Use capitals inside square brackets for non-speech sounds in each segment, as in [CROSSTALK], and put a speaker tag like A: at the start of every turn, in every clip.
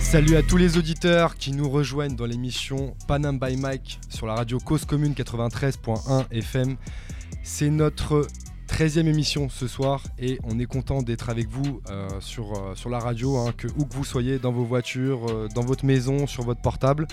A: Salut à tous les auditeurs qui nous rejoignent dans l'émission Panam by Mike sur la radio Cause Commune 93.1 FM. C'est notre 13e émission ce soir et on est content d'être avec vous euh, sur, euh, sur la radio, hein, que où que vous soyez, dans vos voitures, euh, dans votre maison, sur votre portable.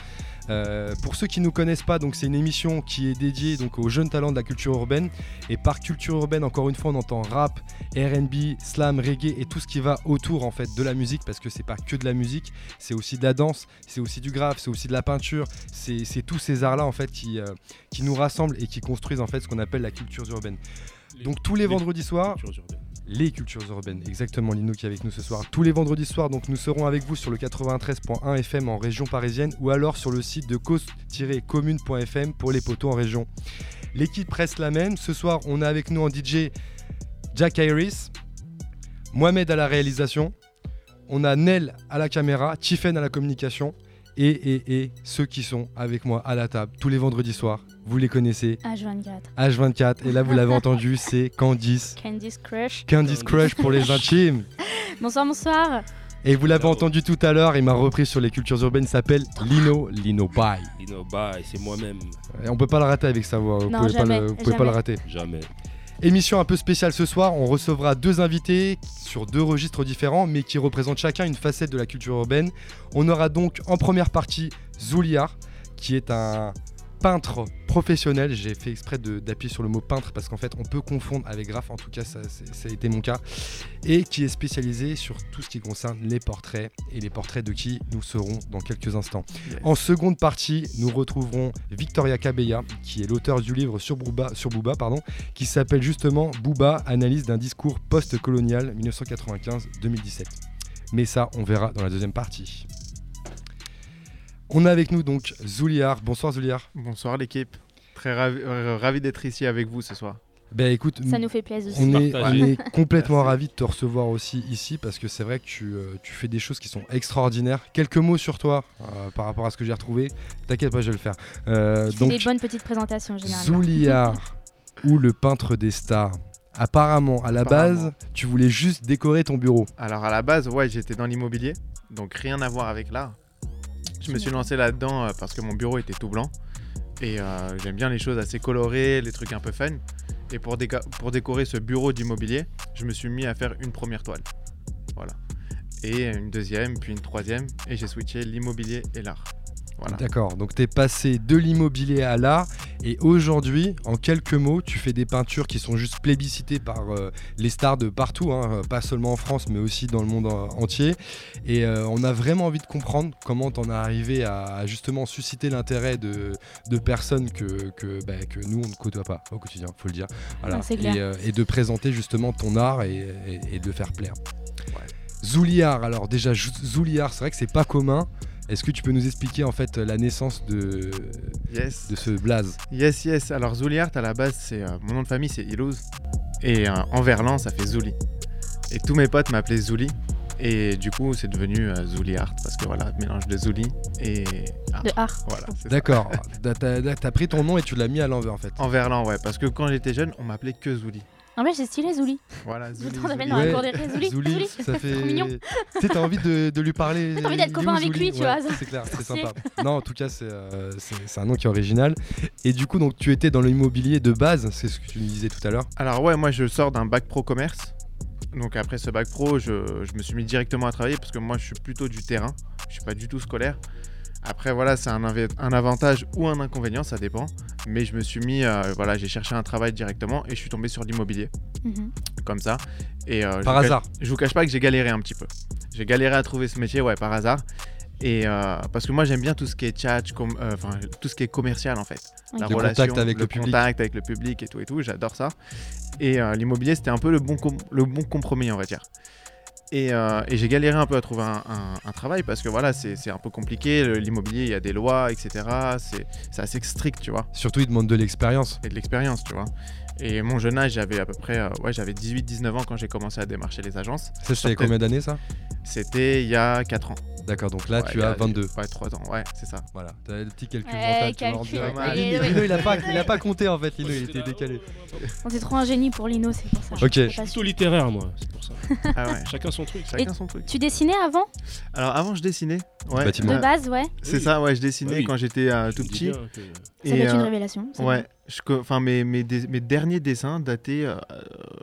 A: Euh, pour ceux qui ne nous connaissent pas, donc c'est une émission qui est dédiée donc aux jeunes talents de la culture urbaine. Et par culture urbaine, encore une fois, on entend rap, R&B, slam, reggae et tout ce qui va autour en fait de la musique, parce que c'est pas que de la musique, c'est aussi de la danse, c'est aussi du graphe, c'est aussi de la peinture, c'est c'est tous ces arts là en fait qui, euh, qui nous rassemblent et qui construisent en fait ce qu'on appelle la culture urbaine. Donc tous les vendredis soirs, les cultures urbaines. Exactement, Lino qui est avec nous ce soir. Tous les vendredis soirs, donc nous serons avec vous sur le 93.1 FM en région parisienne ou alors sur le site de cause-commune.fm pour les poteaux en région. L'équipe reste la même. Ce soir, on a avec nous en DJ Jack Iris, Mohamed à la réalisation, on a Nel à la caméra, Tiffen à la communication et, et, et ceux qui sont avec moi à la table tous les vendredis soirs. Vous les connaissez,
B: Ah, H24.
A: H24, et là vous l'avez entendu, c'est Candice.
B: Candy's Crush.
A: Candice Crush pour les intimes.
B: Bonsoir, bonsoir.
A: Et vous l'avez
C: Bravo.
A: entendu tout à l'heure, il m'a repris sur les cultures urbaines, il s'appelle Lino, Lino Bye.
C: Lino Bye, c'est moi-même.
A: Et on peut pas le rater avec sa voix, vous
B: Non,
A: pouvez, pas,
B: jamais,
A: le, vous pouvez pas le
B: jamais.
A: rater.
C: Jamais.
A: Émission un peu spéciale ce soir, on recevra deux invités sur deux registres différents, mais qui représentent chacun une facette de la culture urbaine. On aura donc en première partie Zouliar, qui est un peintre professionnel. J'ai fait exprès de- d'appuyer sur le mot peintre parce qu'en fait on peut confondre avec graphe, en tout cas ça, c'est- ça a été mon cas, et qui est spécialisé sur tout ce qui concerne les portraits, et les portraits de qui nous serons dans quelques instants.
C: Yes.
A: En seconde partie, nous retrouverons Victoria Cabella, qui est l'auteur du livre sur Booba, sur Booba, pardon, qui s'appelle justement Booba, analyse d'un discours post-colonial 1995-2017. Mais ça, on verra dans la deuxième partie. On a avec nous donc Zouliar. Bonsoir Zouliar.
D: Bonsoir l'équipe. Très ravi, euh, ravi d'être ici avec vous ce soir.
A: Ben écoute,
B: Ça nous fait plaisir aussi.
A: on, est,
C: Partage.
A: on est
B: [LAUGHS]
A: complètement ravis de te recevoir aussi ici parce que c'est vrai que tu, euh, tu fais des choses qui sont extraordinaires. Quelques mots sur toi euh, par rapport à ce que j'ai retrouvé. T'inquiète pas, je vais le faire. Euh,
B: Tu fais des bonnes petites présentations généralement.
A: Zouliard ou le peintre des stars. Apparemment, à la base,
D: Apparemment.
A: tu voulais juste décorer ton bureau.
D: Alors à la base, ouais, j'étais dans l'immobilier, donc rien à voir avec l'art. Je me suis lancé là-dedans euh, parce que mon bureau était tout blanc et euh, j'aime bien les choses assez colorées, les trucs un peu fun. Et pour, déca- pour décorer ce bureau d'immobilier, je me suis mis à faire une première toile. Voilà. Et une deuxième, puis une troisième, et j'ai switché l'immobilier et l'art. Voilà.
A: D'accord, donc tu es passé de l'immobilier à l'art et aujourd'hui, en quelques mots, tu fais des peintures qui sont juste plébiscitées par euh, les stars de partout, hein, euh, pas seulement en France mais aussi dans le monde euh, entier. Et euh, on a vraiment envie de comprendre comment t'en es arrivé à, à justement susciter l'intérêt de, de personnes que, que, bah, que nous on ne côtoie pas au quotidien, faut le dire.
B: Non, c'est clair.
A: et, euh, et de présenter justement ton art et, et- et de le faire plaire. Zouliard, alors déjà Jou- Zouliard, c'est vrai que c'est pas commun. Est-ce que tu peux nous expliquer en fait la naissance de,
D: Yes.
A: de ce blaze
D: Yes, yes. Alors Zouliart, à la base, c'est euh, mon nom de famille, c'est Ilouz. Et euh, en verlan, ça fait Zouli. Et tous mes potes m'appelaient Zouli. Et du coup, c'est devenu euh, Zouliart parce que voilà, mélange de Zouli et art.
B: De art.
D: Voilà. c'est ça.
A: D'accord, t'as- t'as t'as pris ton nom et tu l'as mis à l'envers en fait.
D: En verlan, ouais, parce que quand j'étais jeune, on m'appelait que Zouli.
B: En vrai, c'est stylé, Zouli.
D: Voilà,
B: Vous
D: Zouli.
B: t'en appelez
D: Zouli.
B: dans la
A: Ouais.
B: cour des raies, Zouli.
A: Zouli,
B: [LAUGHS] Zouli.
A: ça fait.
B: trop mignon.
A: [LAUGHS] Tu sais, t'as envie de, de lui parler.
B: T'as envie d'être
A: Il est
B: copain
A: où,
B: avec
A: Zouli
B: lui, tu
A: Ouais,
B: vois, ça-
A: C'est clair, c'est
B: stylé.
A: sympa. Non, en tout cas, c'est euh, c'est- c'est un nom qui est original. Et du coup, donc, tu étais dans l'immobilier de base, c'est ce que tu me disais tout à l'heure.
D: Alors ouais, moi je sors d'un bac pro commerce. Donc après ce bac pro, je, je me suis mis directement à travailler parce que moi je suis plutôt du terrain. Je suis pas du tout scolaire. Après voilà, c'est un, invé- un avantage ou un inconvénient, ça dépend. Mais je me suis mis, euh, voilà, j'ai cherché un travail directement et je suis tombé sur l'immobilier
B: Mhm.
D: comme ça. Et euh, je
A: Par
D: vous cache-
A: hasard.
D: Je vous cache pas que j'ai galéré un petit peu. J'ai galéré à trouver ce métier, ouais, par hasard. Et euh, parce que moi j'aime bien tout ce qui est chat, com- euh, enfin tout ce qui est commercial en fait la
A: Le
B: Ok.
D: relation,
A: contact avec le public.
D: contact avec le public et tout et tout. J'adore ça. Et euh, l'immobilier, c'était un peu le bon, com- le bon compromis, on va dire. Et, euh, et j'ai galéré un peu à trouver un, un- un travail parce que voilà, c'est c'est un peu compliqué. Le- L'immobilier, il y a des lois, etc. C'est c'est assez strict, tu vois,
A: Surtout, il demande de l'expérience.
D: et de l'expérience, tu vois. Et mon jeune âge, j'avais à peu près euh, ouais, j'avais 18-19 ans quand j'ai commencé à démarcher les agences.
A: Ça, c'était il y a
D: Sortez-
A: combien d'années ça
D: C'était il y a 4 ans.
A: E D'accord, donc là
D: Ouais, il
A: tu
D: y
A: as
D: a-
A: 22.
D: Ouais, 3 ans, ouais,
A: [LAUGHS]
D: c'est ça.
A: Voilà, t'as le petit calcul
B: Ouais,
A: mental. tu vois,
B: calcul.
A: en direct.
D: Dommage.
A: Lino, Lino, il a pas, il a pas compté en fait, Lino, il était décalé.
B: On est trop un génie pour Lino, c'est pour ça.
A: Ok.
B: Je suis
A: Je
B: pas
C: Plutôt
B: sûre.
C: littéraire, moi, c'est pour ça.
D: Ah ouais,
C: Chacun son truc.
D: chacun son truc.
B: Tu dessinais avant
D: Alors avant, je dessinais. Ouais,
A: Bâtiment. Bah
B: De
D: euh,
B: base, ouais.
D: c'est
C: Oui.
D: ça, ouais, je dessinais
C: Oui.
D: quand j'étais euh,
C: Je
D: tout
C: me dis
D: petit.
C: bien que-
B: Ça
D: Et,
B: doit être une
D: euh,
B: révélation. c'est
D: Ouais,
B: bon.
D: je co- enfin mes, mes, dés- mes derniers dessins dataient. euh,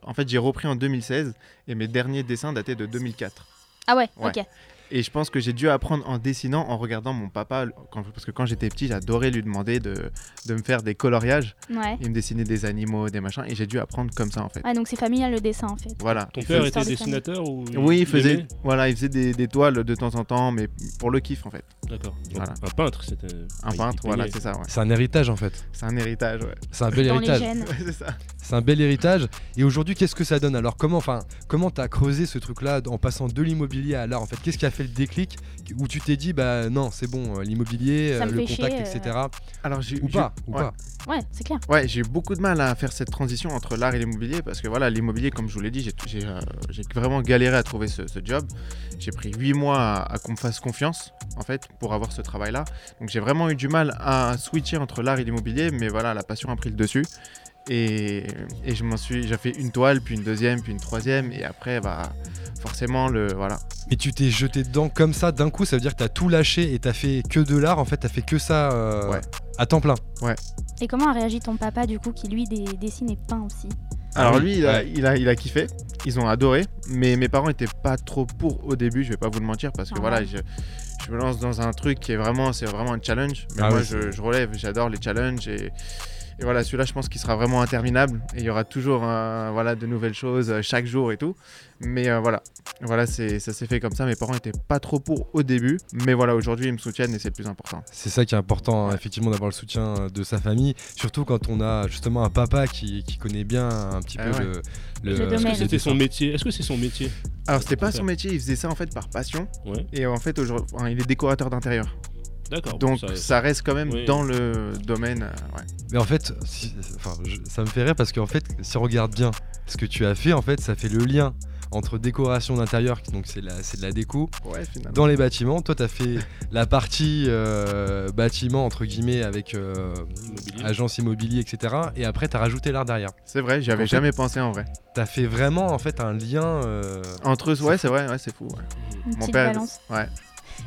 D: en fait, j'ai repris en 2016 et mes derniers dessins dataient de 2004.
B: Ah ouais,
D: Ouais.
B: ok.
D: Et je pense que j'ai dû apprendre en dessinant, en regardant mon papa, le- quand- parce que quand j'étais petit, j'adorais lui demander de, de me faire des coloriages.
B: Ouais.
D: Il me dessinait des animaux, des machins, et j'ai dû apprendre comme ça en fait.
B: Ouais, donc c'est familial le dessin en fait.
D: Voilà.
C: Ton
D: Il
C: père
D: faisait-
C: était
B: Histoire de
C: dessinateur ou
D: Oui, il
C: aimait
D: faisait, voilà, il faisait des, des toiles de temps en temps, mais pour le kiff en fait.
C: D'accord. Donc,
D: Voilà.
C: Un peintre, c'était. euh,
D: Un peintre, voilà, c'est ça. ouais.
A: C'est un héritage en fait.
D: C'est un héritage, ouais.
A: C'est un bel
B: Dans les
A: héritage.
B: gènes.
D: [LAUGHS] Ouais, c'est ça.
A: C'est un bel héritage. Et aujourd'hui, qu'est-ce que ça donne Alors, comment, enfin, comment t'as creusé ce truc-là en passant de l'immobilier à l'art En fait, qu'est-ce qui a fait le déclic où tu t'es dit, bah non, c'est bon, euh, l'immobilier,
B: Ça
A: euh,
B: me
A: le
B: fait
A: contact,
B: chier, euh,
A: etc.
D: Alors j'ai
A: Ou
D: j'ai-
A: pas, ou
D: ouais.
A: pas.
B: Ouais, c'est clair.
D: Ouais, j'ai eu beaucoup de mal à faire cette transition entre l'art et l'immobilier parce que voilà, l'immobilier, comme je vous l'ai dit, j'ai- j'ai euh, j'ai vraiment galéré à trouver ce, ce job. J'ai pris huit mois à, à qu'on me fasse confiance en fait pour avoir ce travail-là. Donc j'ai vraiment eu du mal à switcher entre l'art et l'immobilier, mais voilà, la passion a pris le dessus. Et, et je m'en suis, j'ai fait une toile, puis une deuxième, puis une troisième, et après, bah forcément le voilà.
A: Mais tu t'es jeté dedans comme ça d'un coup. Ça veut dire que t'as tout lâché et t'as fait que de l'art. En fait, t'as fait que ça euh,
D: Ouais.
A: à temps plein.
B: Et comment a réagi ton papa du coup qui lui des- dessine et peint aussi
D: Alors
A: Ah oui,
D: lui, il a,
A: ouais.
D: il, a, il a kiffé, ils ont adoré, mais mes parents étaient pas trop pour au début, je vais pas vous le mentir, parce que
B: Ah
D: voilà,
B: ouais.
D: je, je me lance dans un truc qui est vraiment, c'est vraiment un challenge, mais
A: Ah
D: moi
A: ouais,
D: je, je relève, j'adore les challenges, et, et voilà, celui-là je pense qu'il sera vraiment interminable, et il y aura toujours euh, voilà, de nouvelles choses euh, chaque jour et tout, mais euh, voilà, voilà c'est, ça s'est fait comme ça, mes parents étaient pas trop pour au début, mais voilà, aujourd'hui ils me soutiennent et c'est le plus important.
A: C'est ça qui est important, hein,
D: Ouais.
A: effectivement, d'avoir le soutien euh, de sa famille. Surtout quand on a justement un papa qui, qui connaît bien un petit
D: Ah
A: peu
D: ouais.
A: le,
B: Le domaine.
A: le
B: Est-ce que
C: C'était
A: dessin.
C: son métier. Est-ce que c'est son métier
D: Alors c'était pas son
C: Super.
D: métier, il faisait ça en fait par passion,
C: Ouais.
D: et en fait aujourd'hui, enfin, il est décorateur d'intérieur.
C: D'accord.
D: Donc
C: bon,
D: ça,
C: ça-
D: reste quand même
C: Oui.
D: dans le domaine. euh, ouais.
A: Mais en fait, si- enfin, je- ça me fait rire parce qu'en fait, si on regarde bien ce que tu as fait, en fait, ça fait le lien entre décoration d'intérieur, qui- donc c'est la- c'est de la déco,
D: Ouais, finalement.
A: dans les bâtiments. Toi, tu as fait la partie euh, bâtiment, entre guillemets, avec euh,
C: Immobilier.
A: agence immobilier, etc. Et après, tu as rajouté l'art derrière.
D: C'est vrai, j'y
A: En
D: avais
A: fait-
D: jamais pensé en vrai.
A: Tu as fait vraiment, en fait, un lien. euh,
D: Entre eux, ouais, c'est vrai, ouais, c'est fou. ouais.
B: Une
D: Mon
B: petite
D: père.
B: balance.
D: Ouais.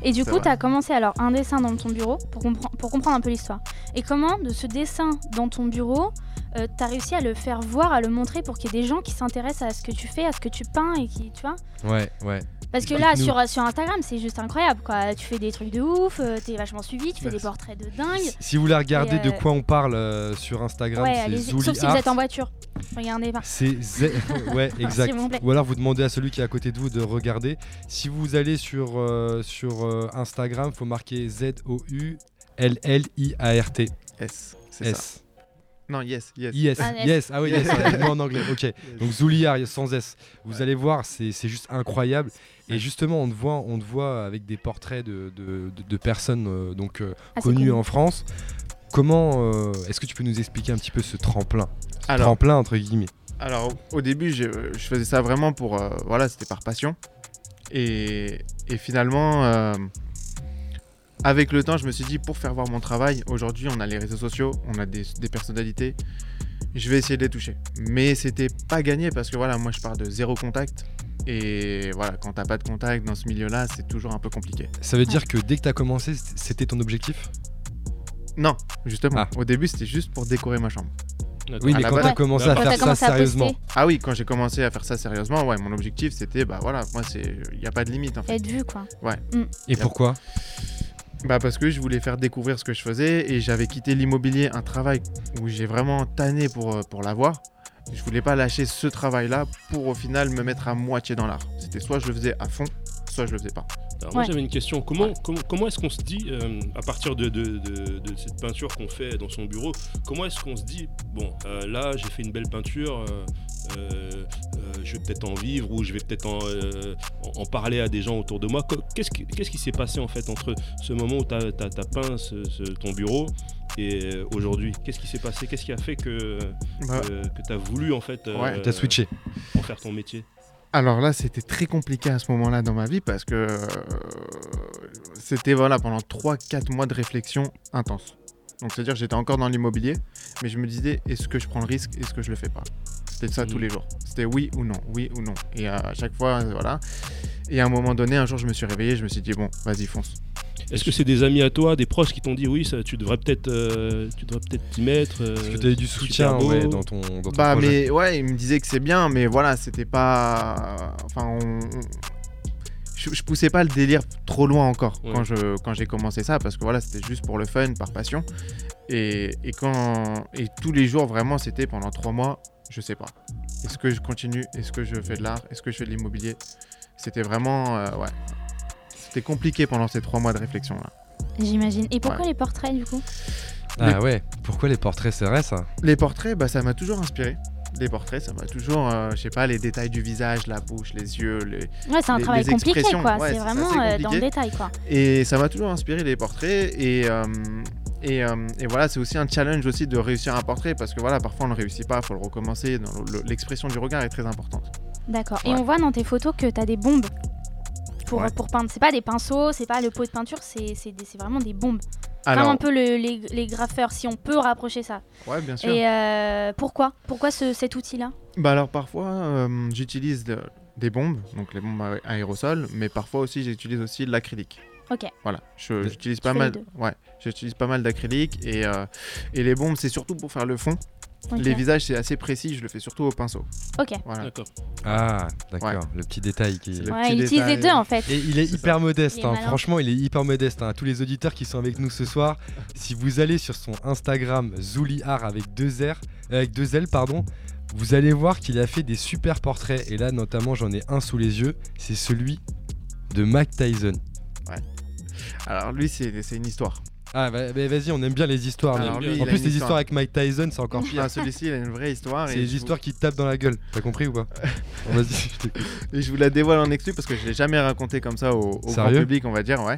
B: Et du
D: C'est
B: coup,
D: vrai.
B: t'as commencé alors un dessin dans ton bureau pour, compre- pour comprendre un peu l'histoire. Et comment de ce dessin dans ton bureau, euh, t'as réussi à le faire voir, à le montrer pour qu'il y ait des gens qui s'intéressent à ce que tu fais, à ce que tu peins et qui, tu vois
A: Ouais, ouais.
B: Parce
D: Bah,
B: que là,
A: Explique-nous.
B: sur, sur Instagram, c'est juste incroyable, quoi. Tu fais des trucs de ouf, euh, t'es vachement suivi, tu fais des
D: Bah,
A: Merci.
B: portraits de dingue.
A: Si- Si vous voulez regarder
B: Et,
A: de
B: euh,
A: quoi on parle euh, sur Instagram,
B: Ouais,
A: c'est
B: allez-y.
A: Zouli
B: Sauf si vous
A: Art.
B: êtes en voiture. Regardez, par-
A: C'est Z- [LAUGHS] ouais, exact.
B: S'il vous plaît.
A: Ou alors vous demandez à celui qui est à côté de vous de regarder. Si vous allez sur, euh, sur euh, Instagram, faut marquer Z-O-U-L-L-I-A-R-T.
D: S, c'est ça.
A: S.
D: Non, yes, yes.
A: Yes.
B: Ah, yes.
A: Yes. Ah oui, yes.
D: [LAUGHS]
A: ouais, moi en anglais. Ok. Donc Zouliar sans S. Vous allez voir, c'est c'est juste incroyable. Et justement, on te voit, on te voit avec des portraits de, de- de- de personnes euh, donc euh,
B: Ah, c'est
A: connues
B: cool.
A: en France. Comment euh, est-ce que tu peux nous expliquer un petit peu ce tremplin Ce
D: Alors.
A: Tremplin entre guillemets.
D: Alors, au début, je, je faisais ça vraiment pour. euh, voilà, c'était par passion. Et, et finalement, euh, avec le temps, je me suis dit, pour faire voir mon travail, aujourd'hui, on a les réseaux sociaux, on a des, des personnalités. Je vais essayer de les toucher. Mais c'était pas gagné parce que voilà, moi, je pars de zéro contact. Et voilà, quand t'as pas de contact dans ce milieu-là, c'est toujours un peu compliqué.
A: Ça veut dire que dès que tu as commencé, c'était ton objectif
D: Non, justement,
A: Ah.
D: au début, c'était juste pour décorer ma chambre.
C: D'accord.
A: Oui,
D: À
A: mais
D: la
A: quand
D: base-
A: t'as commencé à
C: Quand
B: Quand
A: faire
B: t'as
A: ça
B: commencé à
A: sérieusement,
B: poster,
D: Ah oui, quand j'ai commencé à faire ça sérieusement, ouais, mon objectif, c'était, bah voilà, moi, c'est. Il n'y a pas de limite, en fait.
B: être vu, quoi.
A: et pourquoi
D: Bah parce que je voulais faire découvrir ce que je faisais et j'avais quitté l'immobilier, un travail où j'ai vraiment tanné pour, euh, pour l'avoir. Je voulais pas lâcher ce travail-là pour au final me mettre à moitié dans l'art. C'était soit je le faisais à fond, soit je le faisais pas.
C: Alors moi
B: Ouais.
C: j'avais une question. Comment, comment, comment est-ce qu'on se dit, euh, à partir de, de- de- de cette peinture qu'on fait dans son bureau, comment est-ce qu'on se dit, bon, euh, là j'ai fait une belle peinture, euh, euh, euh, je vais peut-être en vivre ou je vais peut-être en, euh, en- en parler à des gens autour de moi. Co- Qu'est-ce qui, qu'est-ce qui s'est passé en fait entre ce moment où tu as, peint ce- ce- ton bureau et euh, aujourd'hui Qu'est-ce qui s'est passé Qu'est-ce qui a fait que, euh,
D: Bah,
C: que, tu as voulu en fait
D: Ouais.
C: euh,
A: Ah. T'as switché.
C: en faire ton métier
D: Alors là, c'était très compliqué à ce moment-là dans ma vie parce que euh, c'était voilà pendant 3-4 mois de réflexion intense. Donc c'est-à-dire que j'étais encore dans l'immobilier, mais je me disais est-ce que je prends le risque, est-ce que je le fais pas. C'était ça
C: Mhm.
D: tous les jours. C'était oui ou non, oui ou non. Et euh, à chaque fois, euh, voilà. Et à un moment donné, un jour, je me suis réveillé, je me suis dit bon, vas-y fonce.
C: Est-ce que c'est des amis à toi, des proches qui t'ont dit oui, ça, tu devrais peut-être euh, tu devrais peut-être t'y mettre euh,
A: Parce que t'avais du
C: super
A: soutien
C: beau.
A: ouais, dans ton, dans ton
D: Bah
A: projet.
D: mais ouais, il me disait que c'est bien, mais voilà, c'était pas. Enfin, on- je, je poussais pas le délire trop loin encore
C: Ouais.
D: quand je quand j'ai commencé ça, parce que voilà, c'était juste pour le fun, par passion, et, et quand et tous les jours vraiment, c'était pendant trois mois, je sais pas. Est-ce que je continue Est-ce que je fais de l'art Est-ce que je fais de l'immobilier C'était vraiment euh, ouais. C'était compliqué pendant ces trois mois de réflexion là.
B: J'imagine. Et pourquoi les portraits du coup
A: Ah ouais, pourquoi les portraits c'est vrai ça
D: Les portraits, bah, ça m'a toujours inspiré. Les portraits, ça m'a toujours, euh, je sais pas, les détails du visage, la bouche, les yeux, les,
B: Ouais, c'est un
D: Les-
B: travail
D: les
B: compliqué
D: expressions,
B: quoi.
D: ouais,
B: c'est
D: c'est assez
B: vraiment euh, dans le
D: compliqué.
B: détail quoi.
D: Et ça m'a toujours inspiré les portraits. Et, euh, et, euh, et voilà, c'est aussi un challenge aussi de réussir un portrait parce que voilà, parfois on ne réussit pas, il faut le recommencer. dans le- le- L'expression du regard est très importante.
B: D'accord. Et
D: Ouais.
B: on voit dans tes photos que t'as des bombes pour,
D: Ouais.
B: pour peindre. C'est pas des pinceaux, c'est pas le pot de peinture, c'est c'est des- c'est vraiment des bombes. Comme un
D: Alors,
B: peu le- les, les graffeurs, si on peut rapprocher ça.
D: ouais, bien sûr.
B: Et euh, pourquoi Pourquoi ce- cet outil-là
D: Bah alors parfois, euh, j'utilise de- des bombes, donc les bombes à aérosol, mais parfois aussi j'utilise aussi de l'acrylique.
B: Ok.
D: Voilà, je-
A: Tu
D: j'utilise pas
B: fais les
D: mal.
B: deux.
D: Ouais, j'utilise pas mal d'acrylique et, euh, et les bombes, c'est surtout pour faire le fond.
B: Ok.
D: Les visages, c'est assez précis. Je le fais surtout au pinceau.
B: Ok.
D: Voilà.
C: D'accord.
A: Ah, d'accord, le petit détail qui.
D: C'est le
B: Ouais,
D: petit
B: il utilise les
D: détail.
B: deux en fait.
A: Et il est,
D: C'est
A: hyper modeste,
B: Il est
A: hein.
B: malin.
A: franchement, il est hyper modeste. hein. Tous les auditeurs qui sont avec nous ce soir, si vous allez sur son Instagram Zouliar avec deux R, euh, avec deux L, pardon, vous allez voir qu'il a fait des super portraits. Et là, notamment, j'en ai un sous les yeux, c'est celui de Mac Tyson.
D: Alors lui, c'est c'est une histoire.
A: Ah, bah, bah, vas-y, on aime bien les histoires.
D: Alors
A: nous.
D: lui, Ah, il
A: en
D: a
A: plus, les
D: une
A: histoires
D: histoire.
A: avec Mike Tyson, c'est encore pire.
D: Ah, Celui-ci, il a une vraie histoire.
A: C'est
D: et
A: les
D: je vous-
A: histoires qui te tapent dans la gueule. T'as compris
D: [LAUGHS]
A: ou pas Vas-y, je t'écoute.
D: Et je vous la dévoile en exclu parce que je l'ai jamais raconté comme ça au, au grand
A: Sérieux
D: public, on va dire, ouais.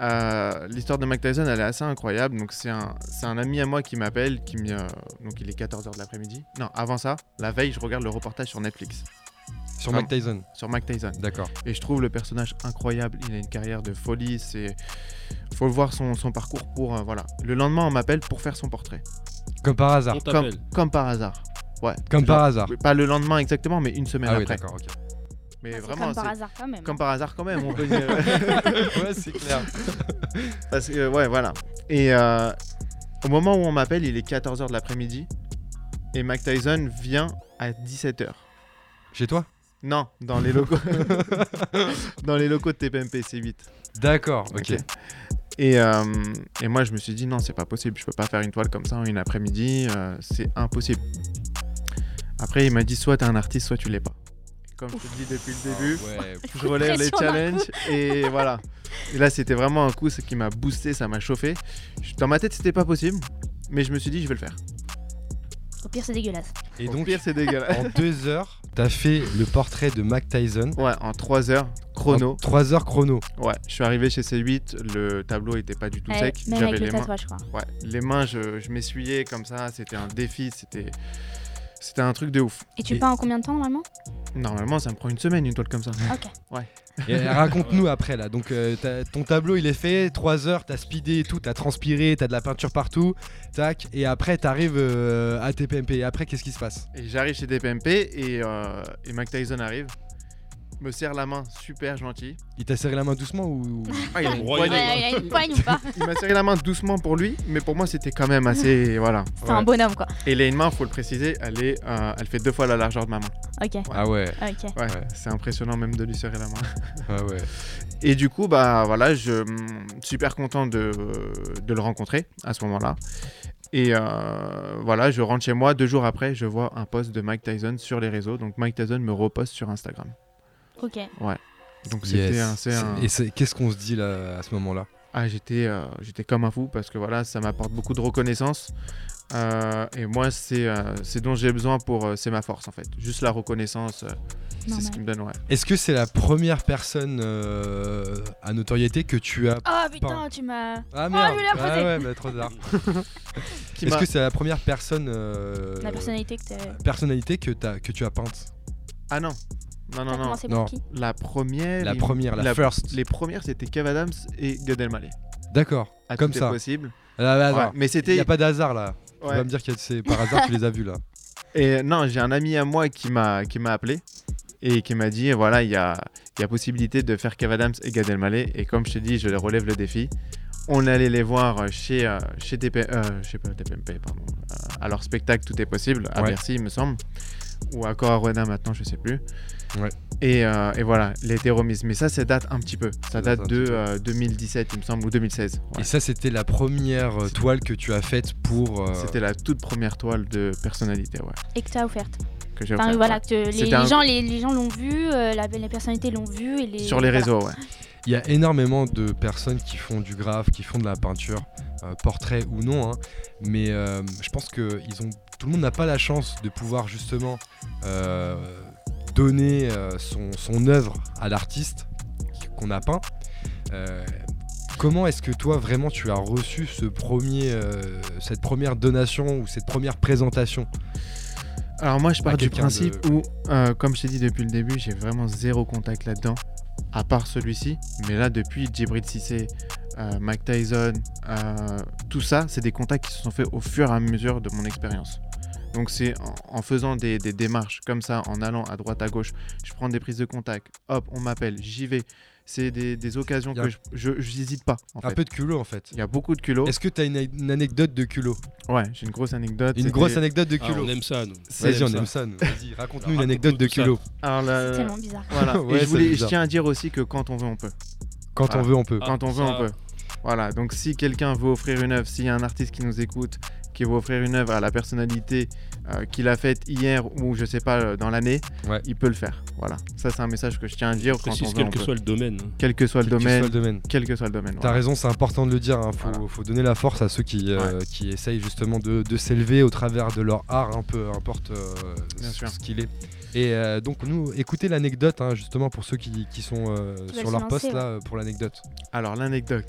D: Euh, L'histoire de Mike Tyson, elle est assez incroyable. Donc c'est un, c'est un ami à moi qui m'appelle, qui me, euh, donc il est 14h de l'après-midi. Non, avant ça, la veille, je regarde le reportage sur Netflix
A: Sur
D: Ah
A: Mike Tyson,
D: sur Mike Tyson.
A: d'accord.
D: Et je trouve le personnage incroyable. Il a une carrière de folie. C'est, faut voir son, son parcours pour, euh, voilà. Le lendemain, on m'appelle pour faire son portrait,
A: Comme par hasard.
C: On
D: comme,
C: t'appelle.
D: comme par hasard. Ouais.
A: Comme par hasard.
D: Oui, Pas le lendemain exactement, mais une semaine
A: Ah oui,
D: après.
A: d'accord, ok.
D: [LAUGHS] mais
B: Ouais, Ah, c'est
D: vraiment,
B: comme par
D: c'est-
B: hasard quand même.
D: comme par hasard quand même. On peut dire.
A: ouais, c'est clair.
D: Parce que, ouais, voilà. Et euh, au moment où on m'appelle, il est 14h de l'après-midi. Et Mike Tyson vient à 17h.
A: Chez toi
D: Non, dans les locaux. dans les locaux de TPMP, c'est 8.
A: D'accord, ok.
D: Et, euh, et moi, je me suis dit, non, c'est pas possible. Je peux pas faire une toile comme ça en une après-midi. euh, c'est impossible. Après, il m'a dit, soit t'es un artiste, soit tu l'es pas. Comme je te dis depuis le début,
A: Ah,
D: je relève les
B: pression d'un
D: challenges et voilà. Et là, c'était vraiment un coup ce qui m'a boosté, ça m'a chauffé. Je- Dans ma tête, c'était pas possible, mais je me suis dit, je vais le faire.
B: Au pire, c'est dégueulasse.
A: Et
D: Au
A: donc,
D: pire, c'est [LAUGHS] dégueulasse.
A: en deux heures, t'as fait le portrait de Mac Tyson.
D: ouais, en 3 heures, chrono.
A: 3 heures chrono.
D: Ouais, je suis arrivé chez C8, le tableau était pas du tout
B: Ouais,
D: sec.
B: Euh, même
D: J'avais
B: avec le
D: les mains.
B: tatouage, je crois.
D: Ouais, les mains, je, je m'essuyais comme ça. C'était un défi, c'était, c'était un truc de ouf.
B: Et tu
A: Et-
B: peins en combien de temps normalement
D: Normalement, ça me prend une semaine une toile comme ça.
A: Et [LAUGHS] raconte-nous après là. Donc, euh, t'as- ton tableau il est fait, 3 heures, t'as speedé et tout, t'as transpiré, t'as de la peinture partout. Tac, et après t'arrives euh, à TPMP. Et après, qu'est-ce qui se passe
D: Et j'arrive chez DPMP et, euh, et Mike Tyson arrive, me serre la main, super gentil.
A: Il t'a serré la main doucement ou.
D: Ah, il a une
C: Royal.
D: poignée.
C: Ouais,
B: il y a une poigne ou pas
D: Il m'a serré la main doucement pour lui, mais pour moi c'était quand même assez. voilà.
B: [LAUGHS] C'est un bonhomme quoi.
D: Et il a une main, faut le préciser, elle, est, euh, elle fait deux fois la largeur de ma main.
B: Ok,
A: Ah ouais,
B: ok.
D: Ouais,
A: Ouais.
D: c'est impressionnant même de lui serrer la main.
A: ah ouais.
D: Et du coup, bah voilà, je hum, super content de, de le rencontrer à ce moment-là. Et euh, voilà, je rentre chez moi. Deux jours après, je vois un post de Mike Tyson sur les réseaux. Donc Mike Tyson me reposte sur Instagram.
B: Ok.
D: Donc c'était
A: Yes.
D: un, c'est un-
A: Et c'est- qu'est-ce qu'on se dit là à ce moment-là
D: Ah, j'étais euh, j'étais comme un fou parce que voilà, ça m'apporte beaucoup de reconnaissance. Euh, et moi, c'est euh, c'est dont j'ai besoin pour. euh, c'est ma force en fait. Juste la reconnaissance, euh, c'est ce
B: Normal.
D: qui me donne. Ouais.
A: Est-ce que c'est la première personne euh, à notoriété que tu as
B: Oh putain, tu m'as.
A: Ah
B: merde. Oh, je l'ai
A: ah,
B: imposé.
A: ouais, bah, trop tard.
D: Qui
A: Est-ce
D: m'a-
A: que c'est la première personne euh,
B: La personnalité que t'as.
A: personnalité que, t'as- que tu as peinte
D: Ah non, non,
B: T'as
D: non, non.
B: commencé
A: Non.
B: par qui
D: La première.
A: La
D: il-
A: première, la,
D: la-
A: first.
D: Les premières, c'était Kev Adams et Gad Elmaleh.
A: D'accord, Ah, bah,
D: À
A: comme
D: tout est
A: ça.
D: possible.
A: Là, là,
D: Ouais,
A: là.
D: Mais
A: Il n'y
D: c'était.
A: a pas de hasard là. Tu
D: ouais.
A: vas me dire que c'est par hasard tu les as vus là.
D: Et euh, non, j'ai un ami à moi qui m'a qui m'a appelé et qui m'a dit voilà, il y a, il y a possibilité de faire Kev Adams et Gad Elmaleh. Et comme je t'ai dit, je leur relève le défi. On allait les voir euh, chez euh, chez TP, euh, je sais pas TPMP, pardon. Euh, à leur spectacle Tout est possible à
A: Ouais.
D: Bercy, il me semble, ou à Coarona maintenant, je sais plus.
A: Ouais.
D: Et, euh, et voilà, les été remise. Mais ça, ça date un petit peu. Ça
A: Ça date
D: date
A: un
D: de
A: petit peu.
D: euh, 2017, il me semble, ou 2016. ouais.
A: Et ça, c'était la première euh, toile que tu as faite pour. euh,
D: C'était la toute première toile de personnalité, ouais,
B: Et que t'as offerte.
D: que j'ai
B: Enfin,
D: offerte,
B: voilà,
D: ouais.
B: que les,
D: C'était un-
B: les gens, les, les gens l'ont vu, euh, la- les personnalités l'ont vu. Et les...
D: Sur les
B: voilà.
D: réseaux, ouais.
A: Il y a énormément de personnes qui font du graphe, qui font de la peinture, euh, portrait ou non, hein. mais euh, je pense que ils ont, tout le monde n'a pas la chance de pouvoir justement euh, donner euh, son, son œuvre à l'artiste qu'on a peint. Euh, comment est-ce que toi vraiment tu as reçu ce premier, euh, cette première donation ou cette première présentation
D: Alors moi je pars du
A: quelqu'un
D: principe
A: de-
D: où, euh, comme je t'ai dit depuis le début, j'ai vraiment zéro contact là-dedans, à part celui-ci. Mais là depuis Djibril Cissé, euh, Mike Tyson, euh, tout ça, c'est des contacts qui se sont faits au fur et à mesure de mon expérience. Donc c'est en, en faisant des, des démarches comme ça, en allant à droite à gauche, je prends des prises de contact, hop, on m'appelle, j'y vais. C'est des, des occasions
A: Y a-
D: que je- je je n'hésite pas. En
A: Un
D: fait.
A: peu de culot en fait. Oh.
D: Il y a beaucoup de culot.
A: Est-ce que tu as une, une anecdote de culot
D: Ouais, j'ai une grosse anecdote.
A: Une
D: c'était-
A: grosse anecdote de
C: Ah, on
A: culot
C: aime ça, nous.
D: c'est-
A: Vas-y, on aime ça. nous. Vas-y, raconte-nous une
C: Alors,
A: anecdote de
C: raconte-nous tout ça.
A: culot.
D: Alors, la-
B: C'est tellement bizarre.
A: [LAUGHS]
D: Voilà.
A: Ouais,
D: et
A: c'est
D: je, voulais, je
A: bizarre.
D: tiens à dire aussi que quand on veut, on peut.
A: Quand
D: Voilà.
A: on veut, on peut.
C: Ah,
D: quand on veut,
C: ça-
D: on peut. Voilà. Donc si quelqu'un veut offrir une œuvre, s'il y a un artiste qui nous écoute, qui veut offrir une œuvre à la personnalité euh, qu'il a faite hier ou je sais pas euh, dans l'année,
A: Ouais.
D: il peut le faire. Voilà. Ça c'est un message que je tiens à dire quand on
C: Précise
D: veut, on
C: quel que
D: peut.
C: soit le domaine. hein.
D: Quel que soit le
A: Quel que soit
D: domaine,
A: le domaine.
D: quel que soit le domaine.
A: T'as
D: voilà.
A: raison, c'est important de le dire. hein. Faut,
D: Voilà.
A: faut donner la force à ceux qui, euh, qui essayent justement de, de s'élever au travers de leur art, hein, peu importe euh,
D: Bien
A: ce
D: sûr.
A: ce qu'il est. Et euh, donc, nous, écoutez l'anecdote, hein, justement, pour ceux qui, qui sont euh,
B: Qui veulent
A: sur
B: se
A: leur
B: lancer,
A: poste,
B: ouais.
A: là, euh, pour l'anecdote.
D: Alors l'anecdote.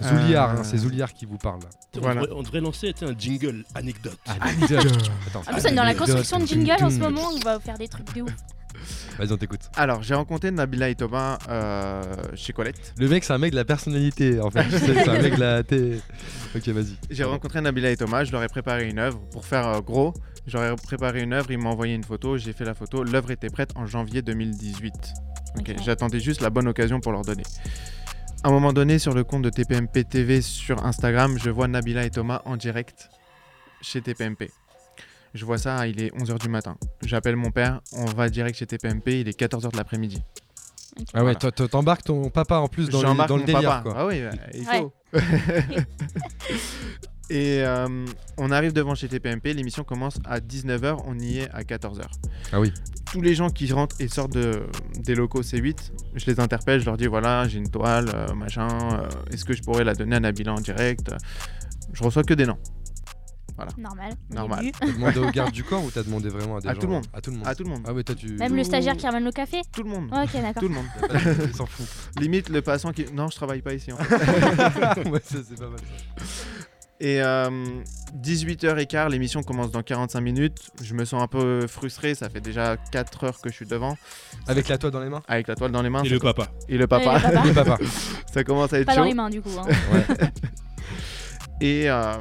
D: Euh,
A: Zouliard, hein, c'est Zouliard qui vous parle. là.
D: Voilà.
C: On, devrait, on devrait lancer tu sais, un jingle anecdote.
A: Ah, Anecdote. Attends.
B: En plus, on est Ah, dans la
A: Anecdote.
B: construction de jingle en ce moment, on va faire des trucs de ouf.
A: Vas-y, on t'écoute.
D: Alors j'ai rencontré Nabila et Thomas euh, chez Colette.
A: Le mec, c'est un mec de la personnalité, en fait. c'est c'est un mec de la. t'es- Ok, vas-y.
D: J'ai rencontré Nabila et Thomas, je leur ai préparé une œuvre. Pour faire euh, gros, j'aurais préparé une œuvre, ils m'ont envoyé une photo, j'ai fait la photo. L'œuvre était prête en janvier 2018. Ok,
B: Ok.
D: J'attendais juste la bonne occasion pour leur donner. À un moment donné, sur le compte de TPMP TV sur Instagram, je vois Nabila et Thomas en direct chez TPMP. Je vois ça, il est 11h du matin. J'appelle mon père, on va direct chez TPMP, il est 14h de l'après-midi.
A: Ah ouais,
D: Voilà.
A: toi, toi, t'embarques ton papa en plus dans, le-
D: Jean-Marc,
A: dans le
D: mon
A: délire,
D: papa.
A: quoi.
D: Ah oui, euh, il
B: Ouais.
D: faut. [LAUGHS] Et euh, on arrive devant chez TPMP, l'émission commence à 19h, on y est à 14h.
A: Ah oui.
D: Tous les gens qui rentrent et sortent de, des locaux C8, je les interpelle, je leur dis voilà, j'ai une toile, euh, machin, euh, est-ce que je pourrais la donner à Nabila en direct Je reçois que des noms,
B: Normal. au
D: Normal.
B: début.
A: T'as demandé au garde du corps ou t'as demandé vraiment à des
D: À
A: gens
D: tout le monde.
A: À tout le monde.
D: à tout le monde.
A: Ah ouais, toi tu. [LAUGHS]
B: Même le stagiaire qui ramène le café.
D: Tout le monde.
B: Ouais, ok, Ah, d'accord.
D: Tout le monde.
A: Y a pas de- il s'en
D: [LAUGHS]
A: fout.
D: Limite le passant qui. Non, je travaille pas
B: Ah,
D: ici. en
A: [LAUGHS]
D: fait.
A: ouais, ça, c'est pas mal. ça.
D: Et euh, 18h15, l'émission commence dans 45 minutes. Je me sens un peu frustré, ça fait déjà 4 heures que je suis devant,
A: Avec la toile dans les mains.
D: avec la toile dans les mains.
C: Et
D: ça
C: le
D: co-
C: papa.
D: et le papa.
B: Ouais,
A: Le
B: le papa.
D: [LAUGHS]
A: papa.
D: ça commence à être
B: Pas dans
D: chaud.
B: les mains, du coup. hein.
D: Et euh,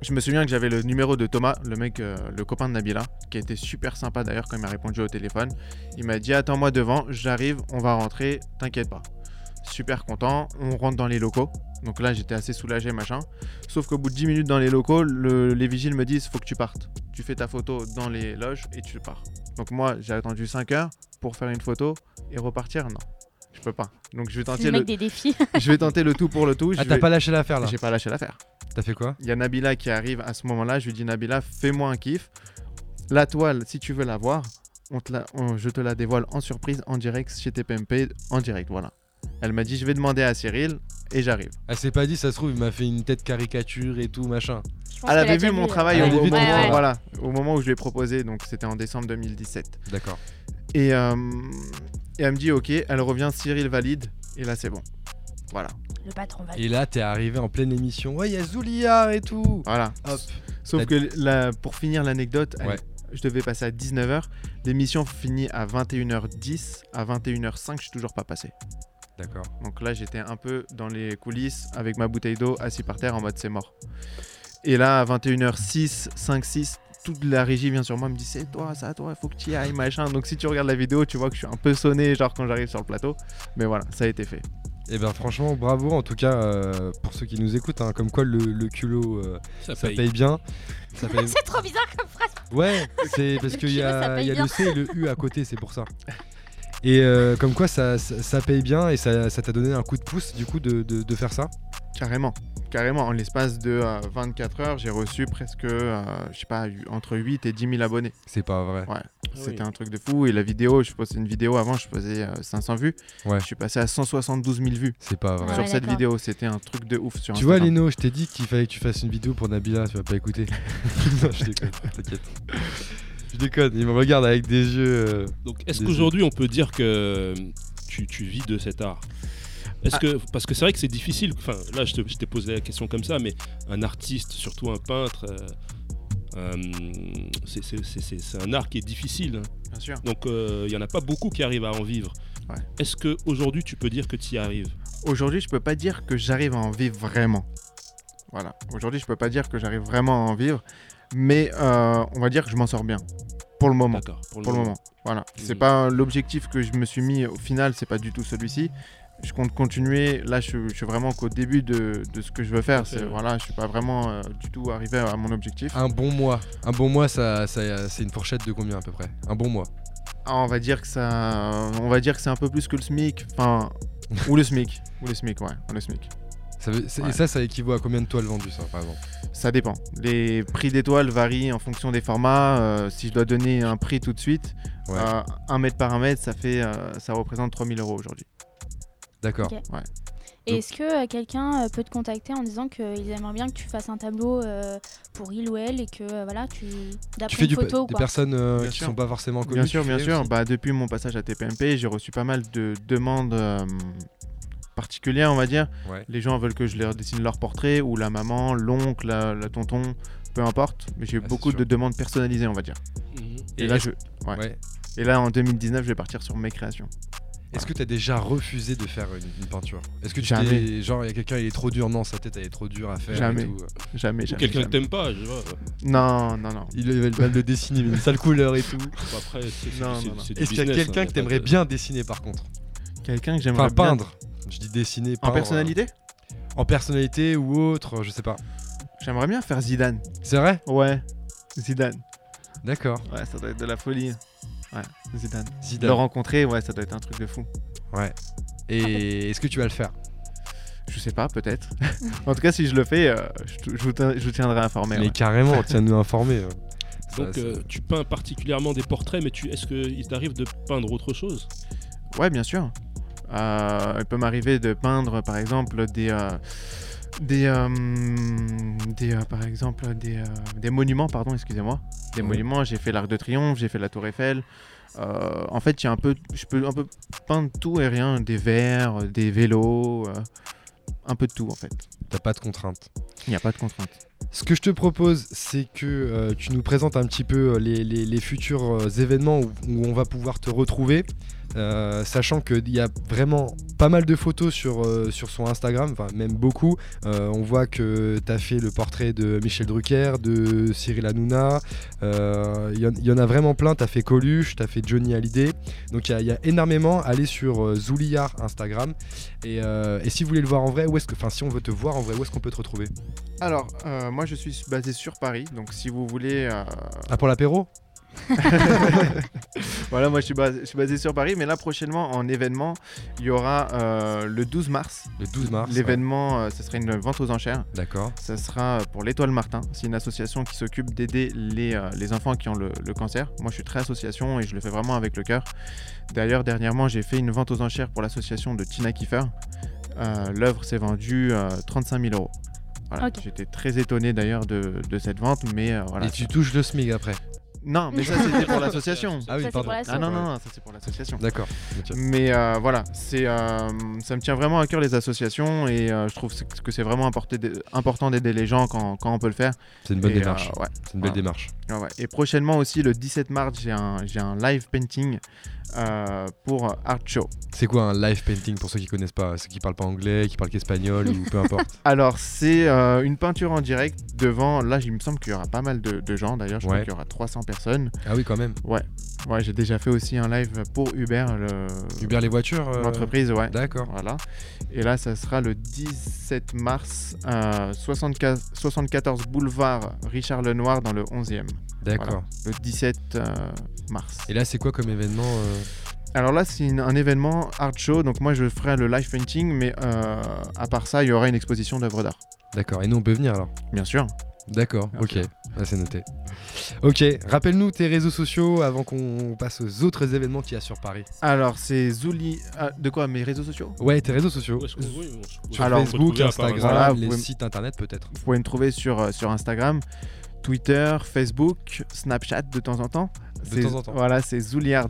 D: je me souviens que j'avais le numéro de Thomas, le mec, euh, le copain de Nabila, qui a été super sympa d'ailleurs quand il m'a répondu au téléphone. Il m'a dit Attends-moi devant, j'arrive, on va rentrer, t'inquiète pas. Super content, on rentre dans les locaux. Donc là, j'étais assez soulagé, machin. Sauf qu'au bout de 10 minutes dans les locaux, le- les vigiles me disent Faut que tu partes. Tu fais ta photo dans les loges et tu pars. Donc moi, j'ai attendu 5 heures pour faire une photo et repartir Non, je peux pas. Donc je vais
B: C'est le
D: tenter,
B: mec
D: le,
B: des défis. [LAUGHS]
D: [LAUGHS] je vais tenter le tout pour le tout.
A: Ah,
D: je
A: t'as
D: vais-
A: pas lâché l'affaire là.
D: J'ai pas lâché l'affaire.
A: T'as fait quoi
D: Il y a Nabila qui arrive à ce moment-là. Je lui dis Nabila, fais-moi un kiff. La toile, si tu veux la voir, on te la- on- je te la dévoile en surprise, en direct, chez TPMP, en direct. Voilà. Elle m'a dit Je vais demander à Cyril et j'arrive.
A: Ah, Elle s'est pas dit, ça se trouve, il m'a fait une tête caricature et tout, machin.
B: Je pense
D: Elle
B: qu'elle a
D: avait vu
B: déjà
D: mon
B: vu, euh,
D: travail au,
A: Elle avait
D: moment,
A: vu ton travail.
D: Voilà, au moment où je lui ai proposé, donc c'était en décembre 2017.
A: D'accord.
D: Et, euh, et elle me dit, ok, elle revient, Cyril valide, et là c'est bon. Voilà,
B: Le patron va.
A: Et là, t'es arrivé en pleine émission. Ouais, il y a Zouliard et tout.
D: voilà.
A: Hop.
D: Sauf
A: T'as-
D: que la- pour finir l'anecdote, elle-
A: Ouais.
D: je devais passer à 19h. L'émission finit à 21h10. À 21h05, je suis toujours pas passé.
A: D'accord.
D: Donc là, j'étais un peu dans les coulisses avec ma bouteille d'eau assis par terre en mode c'est mort. Et là, à 21h06, 5, 6, toute la régie vient sur moi me dit c'est toi, ça, toi, faut que tu y ailles, machin. Donc si tu regardes la vidéo, tu vois que je suis un peu sonné, genre quand j'arrive sur le plateau. Mais voilà, ça a été fait.
A: Et ben franchement, bravo en tout cas euh, pour ceux qui nous écoutent. hein, comme quoi le, le culot, euh,
C: Ça
A: ça
C: paye.
A: paye, bien. Ça
B: [LAUGHS]
A: paye-
B: C'est trop bizarre comme phrase.
A: Ouais, c'est parce
B: Le
A: qu'il y
B: culot, ça
A: a,
B: paye
A: il y a
B: bien.
A: le C et le U à côté, c'est pour ça. Et euh, comme quoi ça, ça, ça paye bien et ça ça t'a donné un coup de pouce du coup de, de- de faire ça.
D: Carrément, carrément. En l'espace de euh, 24 heures, j'ai reçu presque, euh, je sais pas, entre 8 et 10 000 abonnés.
A: C'est pas vrai.
D: C'était un truc de fou. Et la vidéo, je postais une vidéo avant, je faisais euh, 500 vues.
A: Ouais.
D: Je suis passé à 172 000 vues
A: C'est pas vrai.
B: Ouais,
D: sur cette
B: d'accord.
D: vidéo. C'était un truc de ouf. Sur
A: Tu vois,
D: Instagram.
A: Lino, je t'ai dit qu'il fallait que tu fasses une vidéo pour Nabila, tu vas pas
B: [LAUGHS]
A: écouter. [LAUGHS] non, je déconne, t'inquiète. Je déconne, il me regarde avec des yeux. euh,
C: Donc, est-ce
A: Désolé.
C: qu'aujourd'hui, on peut dire que tu, tu vis de cet art
A: Ah.
C: est-ce que, parce que c'est vrai que c'est difficile, enfin là je te- je t'ai posé la question comme ça, mais un artiste, surtout un peintre, euh, euh, c'est- c'est- c'est c'est- c'est un art qui est difficile. hein.
D: Bien sûr.
C: Donc euh, il y n'y en a pas beaucoup qui arrivent à en vivre.
D: Ouais.
C: Est-ce qu'aujourd'hui tu peux dire que tu y arrives
D: Aujourd'hui, je peux pas dire que j'arrive à en vivre vraiment. Voilà. Aujourd'hui, je peux pas dire que j'arrive vraiment à en vivre. Mais euh, on va dire que je m'en sors bien. Pour le moment.
C: D'accord,
D: Pour le moment. Voilà. C'est
C: Mhm.
D: pas l'objectif que je me suis mis au final, c'est pas du tout celui-ci. Je compte continuer. Là, je, je suis vraiment qu'au début de, de ce que je veux faire.
C: Tout à
D: C'est-
C: fait, ouais.
D: Voilà, je suis pas vraiment euh, du tout arrivé à mon objectif.
A: Un bon mois. Un bon mois, ça, ça- c'est une fourchette de combien à peu près Un bon mois.
D: Ah, on va dire que ça, on va dire que c'est un peu plus que le SMIC, enfin, ou le SMIC, ou le SMIC, ouais, ou le SMIC.
A: Ça veut- c'est-
D: Ouais.
A: Et ça, ça équivaut à combien de toiles vendues, ça, par exemple
D: Ça dépend. Les prix d'étoiles varient en fonction des formats. Euh, si je dois donner un prix tout de suite,
A: Ouais.
D: euh, un mètre par un mètre, ça fait, euh, ça représente 3000 euros aujourd'hui.
A: D'accord.
B: Ok.
D: Ouais.
B: Et est-ce que euh, quelqu'un euh, peut te contacter en disant qu'ils aimeraient bien que tu fasses un tableau euh, pour il ou elle et que euh, voilà, tu
A: Tu
B: d'après
A: fais
B: une
A: du, pa-
B: photo ou
A: des
B: quoi
A: personnes euh,
D: Bien
A: qui
D: sûr.
A: sont pas forcément connues.
D: Bien
A: tu
D: sûr, bien
A: fais
D: sûr.
A: aussi
D: Bah, depuis mon passage à TPMP, j'ai reçu pas mal de demandes euh, particulières, on va dire.
A: Ouais.
D: Les gens veulent que je leur dessine leur portrait, ou la maman, l'oncle, la, la tonton, peu importe. Mais j'ai eu
A: Ah, c'est
D: beaucoup
A: sûr.
D: de demandes personnalisées, on va dire.
C: Mhm.
D: Et,
A: Et
D: là,
A: est-ce-
D: je... ouais.
A: Ouais.
D: Et là, en 2019, je vais partir sur mes créations.
A: Est-ce que t'as déjà refusé de faire une, une peinture Est-ce que tu
D: Jamais.
A: t'es genre il y a quelqu'un il est trop dur non sa tête elle est trop dure à faire et
D: Jamais.
A: tout. euh,
D: Jamais,
C: Ou
D: jamais.
C: quelqu'un que
D: jamais.
C: t'aimes pas, je vois.
D: Non, non, non.
A: Il va mal le dessiner mais une sale couleur
D: [LAUGHS]
A: et tout.
C: Bon, Après, c'est c'est-
D: Non,
C: c'est-
D: non, non.
C: c'est du
A: Est-ce qu'il y a
C: business, hein,
A: quelqu'un
C: y a
A: que
C: pas
A: t'aimerais
C: de-
A: bien dessiner par contre
D: Quelqu'un que j'aimerais
A: Enfin
D: bien-
A: peindre. Je dis dessiner
D: En
A: peindre,
D: personnalité
A: euh, En personnalité ou autre, je sais pas.
D: J'aimerais bien faire Zidane.
A: C'est vrai
D: Ouais. Zidane.
A: D'accord.
D: Ouais, ça doit être de la folie. Ouais, Zidane.
A: Zidane.
D: Le rencontrer, ouais, ça doit être un truc de fou.
A: Ouais. Et est-ce que tu vas le faire
D: Je sais pas, peut-être. [LAUGHS] en tout cas, si je le fais, euh, je, t- je vous tin- je vous tiendrai informé.
A: Mais
D: ouais.
A: carrément, tiens-nous informés. euh. Ça,
C: Donc
A: ça-
C: euh, tu peins particulièrement des portraits, mais tu est-ce qu'il t'arrive de peindre autre chose
D: Ouais, bien sûr. Euh, il peut m'arriver de peindre, par exemple, des. euh, des, euh, des euh, par exemple des, euh, des monuments pardon excusez-moi des
A: Ouais.
D: monuments j'ai fait l'arc de triomphe j'ai fait la tour Eiffel Euh, en fait j'ai un peu je peux un peu peindre tout et rien des verres des vélos euh, un peu de tout en fait
A: T'as pas de contraintes.
D: il n'y a pas de contrainte
A: Ce que je te propose, c'est que euh, tu nous présentes un petit peu euh, les, les- les futurs euh, événements où, où on va pouvoir te retrouver. Euh, sachant qu'il y a vraiment pas mal de photos sur, euh, sur son Instagram, enfin même beaucoup. Euh, on voit que tu as fait le portrait de Michel Drucker, de Cyril Hanouna. Euh, Il y, en- il y en a vraiment plein. Tu as fait Coluche, tu as fait Johnny Hallyday. Donc il y a- il y, a énormément. Allez sur euh, Zouliard Instagram. Et, euh, et si vous voulez le voir en vrai, où est-ce que, enfin si on veut te voir en vrai, où est-ce qu'on peut te retrouver
D: alors euh, moi je suis basé sur Paris donc si vous voulez euh,
A: Ah pour l'apéro
D: [LAUGHS] Voilà, moi je suis, basé, je suis basé sur Paris, mais là prochainement en événement, il y aura euh, le 12 mars.
A: Le 12 mars. ouais.
D: L'événement, euh, ce sera une vente aux enchères.
A: D'accord.
D: Ça sera euh, pour l'Étoile Martin. C'est une association qui s'occupe d'aider les, euh, les enfants qui ont le, le cancer. Moi je suis très association et je le fais vraiment avec le cœur. D'ailleurs, dernièrement, j'ai fait une vente aux enchères pour l'association de Tina Kiefer. Euh, L'œuvre s'est vendue euh, 35 000 euros. Voilà.
B: Ok.
D: J'étais très étonné d'ailleurs de, de cette vente, mais euh, voilà.
A: Et tu touches le SMIG après.
D: Non, mais ça c'était
A: [LAUGHS]
D: pour l'association.
A: Ah oui,
B: c'est
A: pardon.
B: pour la
D: Ah
B: sauce.
D: non, non, non, ça c'est pour l'association.
A: D'accord. Ok.
D: Mais euh, voilà, c'est, euh, ça me tient vraiment à cœur les associations et euh, je trouve que c'est vraiment importé- important d'aider les gens quand, quand on peut le faire.
A: C'est une bonne
D: Et, euh,
A: démarche.
D: ouais.
A: C'est une belle
D: voilà.
A: démarche.
D: Ouais, ouais. Et prochainement aussi, le 17 mars, j'ai un, j'ai un live painting euh, pour Art Show.
A: C'est quoi un live painting pour ceux qui connaissent pas, ceux qui parlent pas anglais, qui parlent qu'espagnol ou peu importe.
D: Alors, c'est euh, une peinture en direct devant. Là, il me semble qu'il y aura pas mal de, de gens. D'ailleurs, je
A: Ouais.
D: crois qu'il y aura 300 personnes.
A: [LAUGHS] Ah oui, quand même.
D: Ouais, j'ai déjà fait aussi un live pour Uber, le-
A: Uber les voitures. euh,
D: l'entreprise. Ouais.
A: D'accord.
D: Voilà. Et là, ça sera le 17 mars, euh, 75 74 boulevard Richard Lenoir dans le 11e.
A: D'accord.
D: Le 17 euh, mars.
A: Et là, c'est quoi comme événement euh,
D: Alors là, c'est une- un événement art show, donc moi je ferai le live painting, mais euh, à part ça, il y aura une exposition d'œuvres d'art.
A: D'accord. Et nous, on peut venir alors.
D: Bien sûr.
A: D'accord. Ok.
D: Merci.
A: Ah, c'est noté. Ok. Rappelle-nous tes réseaux sociaux avant qu'on passe aux autres événements qu'il y a sur Paris.
D: Alors c'est Zouli. ah, de quoi Mes réseaux sociaux
A: Ouais, tes réseaux sociaux.
C: Où est-ce qu'on- oui, on se- on se
A: Sur
D: Alors,
C: retrouve
A: Facebook,
C: à part-
A: Instagram,
D: Voilà, vous
A: les
D: pouvez me-
A: sites internet peut-être.
D: Vous pouvez me trouver sur, euh, sur Instagram, Twitter, Facebook, Snapchat de temps en temps.
A: De
D: C'est-
A: temps en temps.
D: Voilà, c'est Zouliart,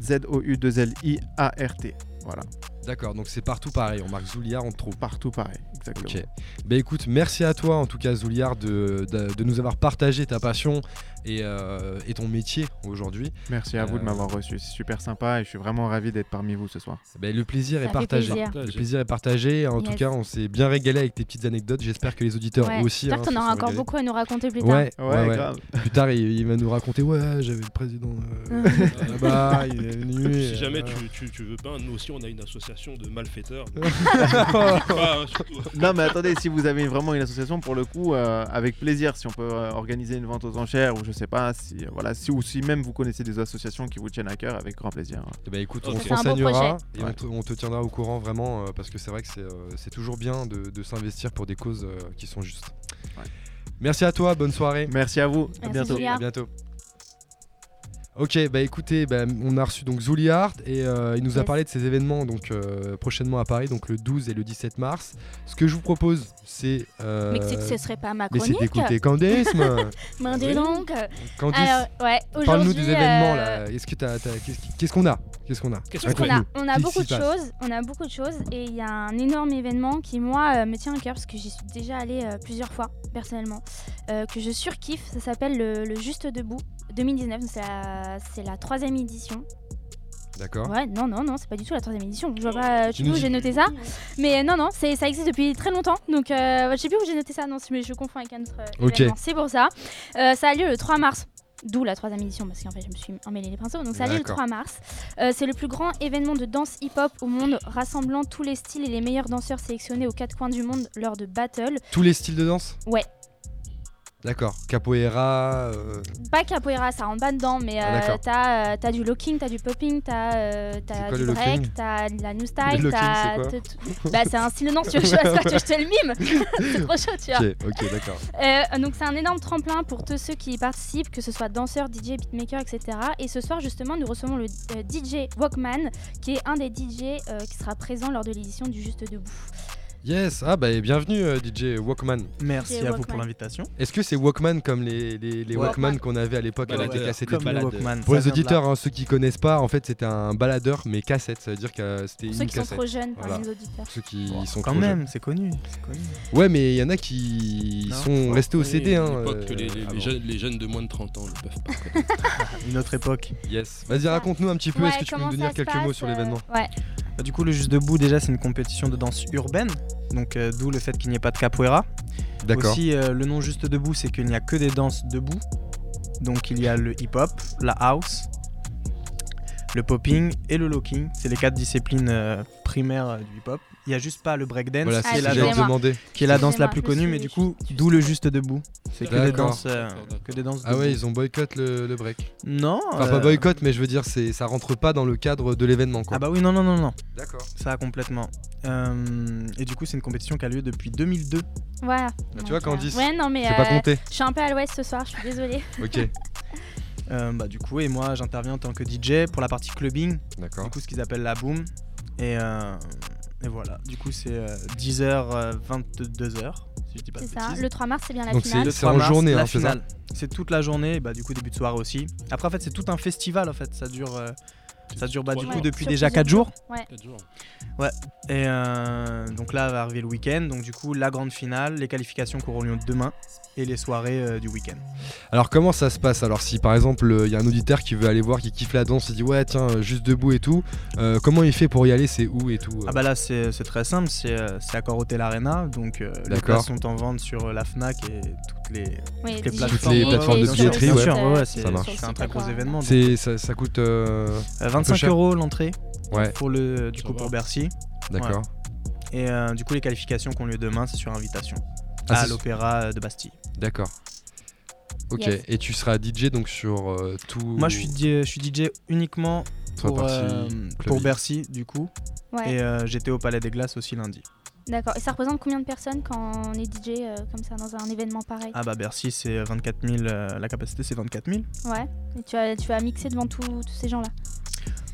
D: Z-O-U-2-L-I-A-R-T. Voilà,
A: D'accord. Donc c'est partout pareil. On marque Zouliard, on te trouve.
D: partout pareil, exactement.
A: Ok. Bah écoute, merci à toi en tout cas Zouliard de, de- de nous avoir partagé ta passion et, euh, et ton métier aujourd'hui.
D: Merci à vous de
A: Euh,
D: m'avoir reçu, c'est super sympa et je suis vraiment ravi d'être parmi vous ce soir.
A: Bah, le plaisir
B: Ça
A: est
B: fait
A: partagé.
B: plaisir.
A: Le plaisir est partagé. En
B: Yes.
A: tout cas, on s'est bien régalé avec tes petites anecdotes. J'espère que les auditeurs
B: Ouais.
A: aussi.
B: J'espère
A: hein,
B: qu'on
A: se
B: aura
A: sont
B: encore
A: régalés.
B: beaucoup à nous raconter plus tard.
A: Ouais, ouais, ouais. Plus tard, il, il va nous raconter Ouais, j'avais le président euh, là-bas, il est venu.
C: Si
A: euh,
C: jamais
A: voilà.
C: tu, tu- tu veux peindre, nous aussi on a une association de malfaiteurs.
D: [LAUGHS] Non mais attendez, si vous avez vraiment une association pour le coup, euh, avec plaisir, si on peut euh, organiser une vente aux enchères ou je sais pas, si euh, voilà, si ou si même vous connaissez des associations qui vous tiennent à cœur, avec grand plaisir.
A: Eh ben, écoute,
C: Ok.
A: on se
B: C'est un beau
A: renseignera
B: projet.
A: et on, te, on te tiendra au courant vraiment euh, parce que c'est vrai que c'est euh, c'est toujours bien de, de s'investir pour des causes euh, qui sont justes.
D: Ouais.
A: Merci à toi, bonne soirée.
D: Merci à vous, à
B: Merci,
D: bientôt.
B: Julia.
A: À bientôt. Ok, bah écoutez, bah, on a reçu donc Zouli Art et euh, il nous a
B: Yes.
A: parlé de ces événements donc euh, prochainement à Paris, donc le 12 et le 17 mars. Ce que je vous propose, c'est euh,
B: [LAUGHS] Mais que c'est- que ce serait pas ma
A: mais c'est
B: chronique.
A: d'écouter Candice.
B: [LAUGHS] Mais dis
A: Oui.
B: donc.
A: Candice,
B: Alors, ouais, aujourd'hui.
A: parle-nous des
B: euh,
A: événements là. Est-ce que t'as, t'as- qu'est-ce, qui- qu'est-ce qu'on a Qu'est-ce qu'on a
C: Qu'est-ce
B: On
A: Raconte-nous.
B: a, on a
A: Qu'est-ce
B: beaucoup
A: qui
B: de
A: se passe
B: choses, on a beaucoup de choses et il y a un énorme événement qui moi euh, me tient à cœur parce que j'y suis déjà allée euh, plusieurs fois personnellement, euh, que je surkiffe, ça s'appelle le, le Juste Debout 2019, donc c'est la, c'est la troisième édition.
A: D'accord.
B: Ouais, non, non, non, c'est pas du tout la troisième édition, je vois pas, je sais
A: Tu
B: plus
A: nous
B: où j'ai
A: dis-
B: noté ça, mais euh, non, non, c'est, ça existe depuis très longtemps, donc euh, je sais plus où j'ai noté ça, non, c'est- mais je confonds avec un autre euh,
A: Ok.
B: événement, c'est pour ça. Euh, ça a lieu le 3 mars. D'où la troisième édition, parce qu'en fait je me suis emmêlé les pinceaux. Donc ça a lieu le
A: D'accord.
B: 3 mars. Euh, c'est le plus grand événement de danse hip-hop au monde, rassemblant tous les styles et les meilleurs danseurs sélectionnés aux quatre coins du monde lors de battles.
A: Tous les styles de danse
B: Ouais.
A: D'accord. Capoeira. euh,
B: Pas capoeira, ça rentre pas dedans, mais
A: Ah,
B: euh,
A: d'accord.
B: t'as, euh, t'as du locking, t'as du popping, t'as, euh, t'as
A: C'est quoi
B: du
A: le locking
B: break, t'as de la new
A: Le
B: style,
A: locking,
B: t'as.
A: c'est
B: t'as- t'as- Bah, c'est un style de danse, tu veux que je fasse quoi Tu veux que je te le
A: [LAUGHS]
B: mime C'est trop chaud, tu vois.
A: Ok, ok, d'accord.
B: Euh, donc c'est un énorme tremplin pour tous ceux qui y participent, que ce soit danseurs, DJ, beatmakers, etc. Et ce soir justement, nous recevons le euh, DJ Walkman, qui est un des DJ euh, qui sera présent lors de l'édition du Juste Debout.
A: Yes, ah bah et bienvenue euh, DJ Walkman.
E: Merci
B: Des
E: à vous pour
B: Walkman.
E: l'invitation.
A: Est-ce que c'est Walkman comme les, les, les
E: Ouais.
A: Walkman qu'on avait à l'époque
C: Ouais,
A: avec
C: ouais,
A: les cassettes et
E: Comme
A: tout
E: le
C: balade.
E: Walkman.
A: Pour
E: ça
A: les
E: vient de
A: auditeurs,
E: là.
A: hein, ceux qui connaissent pas, en fait c'était un baladeur mais cassette, ça veut dire que euh, c'était
B: Pour
A: une
B: ceux qui
A: cassette.
B: sont trop jeunes, parmi
A: Voilà.
B: les auditeurs.
A: Ceux qui sont
E: quand
A: trop
E: même, c'est connu. c'est connu.
A: jeunes. Ouais mais il y en a qui
E: Non.
A: sont restés au CD. Hein, euh,
C: que les, les- les
A: avant.
C: jeunes, les jeunes de moins de 30 ans ne peuvent pas.
E: Une autre époque.
A: Yes. Vas-y raconte-nous un petit peu, est-ce que tu peux nous donner quelques mots sur l'événement
B: euh, Ouais,
E: Bah, du coup, le Juste Debout, déjà, c'est une compétition de danse urbaine. Donc, euh, d'où le fait qu'il n'y ait pas de capoeira.
A: D'accord.
E: Aussi, euh, le nom Juste Debout, c'est qu'il n'y a que des danses debout. Donc, il y a le hip-hop, la house, le popping et le locking. C'est les quatre disciplines euh, primaires euh, du hip-hop. Il n'y a juste pas le breakdance,
A: Voilà,
E: qui,
A: c'est
E: est
A: ce
B: là,
A: que
E: la
B: j'allais
A: j'allais
E: danse,
A: te
B: Excusez-moi.
A: demander.
E: qui est la danse la
B: Excusez-moi,
E: plus
B: je me suis-
E: connue, mais du coup,
B: je me
E: d'où
B: suis-
E: le Juste Debout. C'est que des
A: D'accord.
E: danses, euh,
C: D'accord, d'accord.
E: que des danses
A: Ah
E: debout.
A: ouais, ils ont boycott le, le break.
E: Non.
A: Enfin pas
E: euh,
A: boycott mais je veux dire c'est ça rentre pas dans le cadre de l'événement quoi.
E: Ah bah oui, non, non, non, non,
A: D'accord.
E: ça complètement. Euh, et du coup, c'est une compétition qui a lieu depuis 2002.
B: voilà.
A: Bah, tu vois, Candice,
B: Ouais, non mais
A: C'est pas
B: euh, [LAUGHS]
A: compté.
B: je suis un peu à l'ouest ce soir, je suis désolée.
A: Ok.
E: Euh, bah du coup, et moi, j'interviens en tant que DJ pour la partie clubbing,
A: D'accord.
E: du coup, ce qu'ils appellent la boom. Et, euh, et voilà, du coup, c'est euh, 10h, 22h, euh, si je dis pas de
B: C'est ça.
E: bêtises.
B: Le 3 mars, c'est bien la
A: Donc
B: finale.
E: Le
A: C'est
E: 3
A: en
E: mars,
A: journée,
E: la
A: hein, c'est ça
E: finale. C'est toute la journée, et bah du coup début de soirée aussi. Après en fait c'est tout un festival en fait, ça dure, euh, ça dure bah, du
C: trois
E: coup
C: jours.
E: depuis
B: Sur
E: déjà
B: plusieurs
E: 4 jours.
C: Quatre jours.
E: Et euh, donc là va arriver le week-end, donc du coup la grande finale, les qualifications qui auront lieu demain et les soirées euh, du week-end.
A: Alors comment ça se passe Alors si par exemple euh, il y a un auditeur qui veut aller voir, qui kiffe la danse, il dit ouais tiens euh, juste debout et tout, euh, comment il fait pour y aller C'est où et tout euh
E: Ah bah là c'est c'est très simple, c'est euh, c'est Accor Hotel Arena, donc euh, les
A: D'accord.
E: places sont en vente sur euh, la FNAC et toutes les,
B: Oui,
E: toutes les
B: Digi-
E: plateformes,
A: les plateformes de
E: bien sûr,
A: billetterie,
E: bien
A: ouais.
E: sûr, ouais, ouais,
A: Ça marche.
E: c'est un très gros événement. donc,
A: C'est ça, ça coûte euh,
E: euh,
A: peu
E: 25
A: cher.
E: euros l'entrée
A: ouais
E: pour le du
C: Ça
E: coup
C: va.
E: pour Bercy
A: d'accord.
E: et euh, du coup les qualifications qui ont lieu demain c'est sur invitation
A: Ah,
E: à
A: c'est-
E: l'Opéra de Bastille.
A: D'accord. Ok,
B: Yes.
A: et tu seras DJ donc sur euh, tout.
E: Moi je suis di- je suis DJ uniquement
A: Sur la
E: pour,
A: partie
E: euh, pour
A: clubbing.
E: Bercy du coup
B: Ouais,
E: et euh, j'étais au Palais des Glaces aussi lundi.
B: d'accord. Et ça représente combien de personnes quand on est DJ euh, comme ça dans un événement pareil
E: Ah bah Bercy c'est 24 000, euh, la capacité c'est 24 000.
B: Ouais. Et tu vas, tu vas mixer devant tous tous ces gens-là.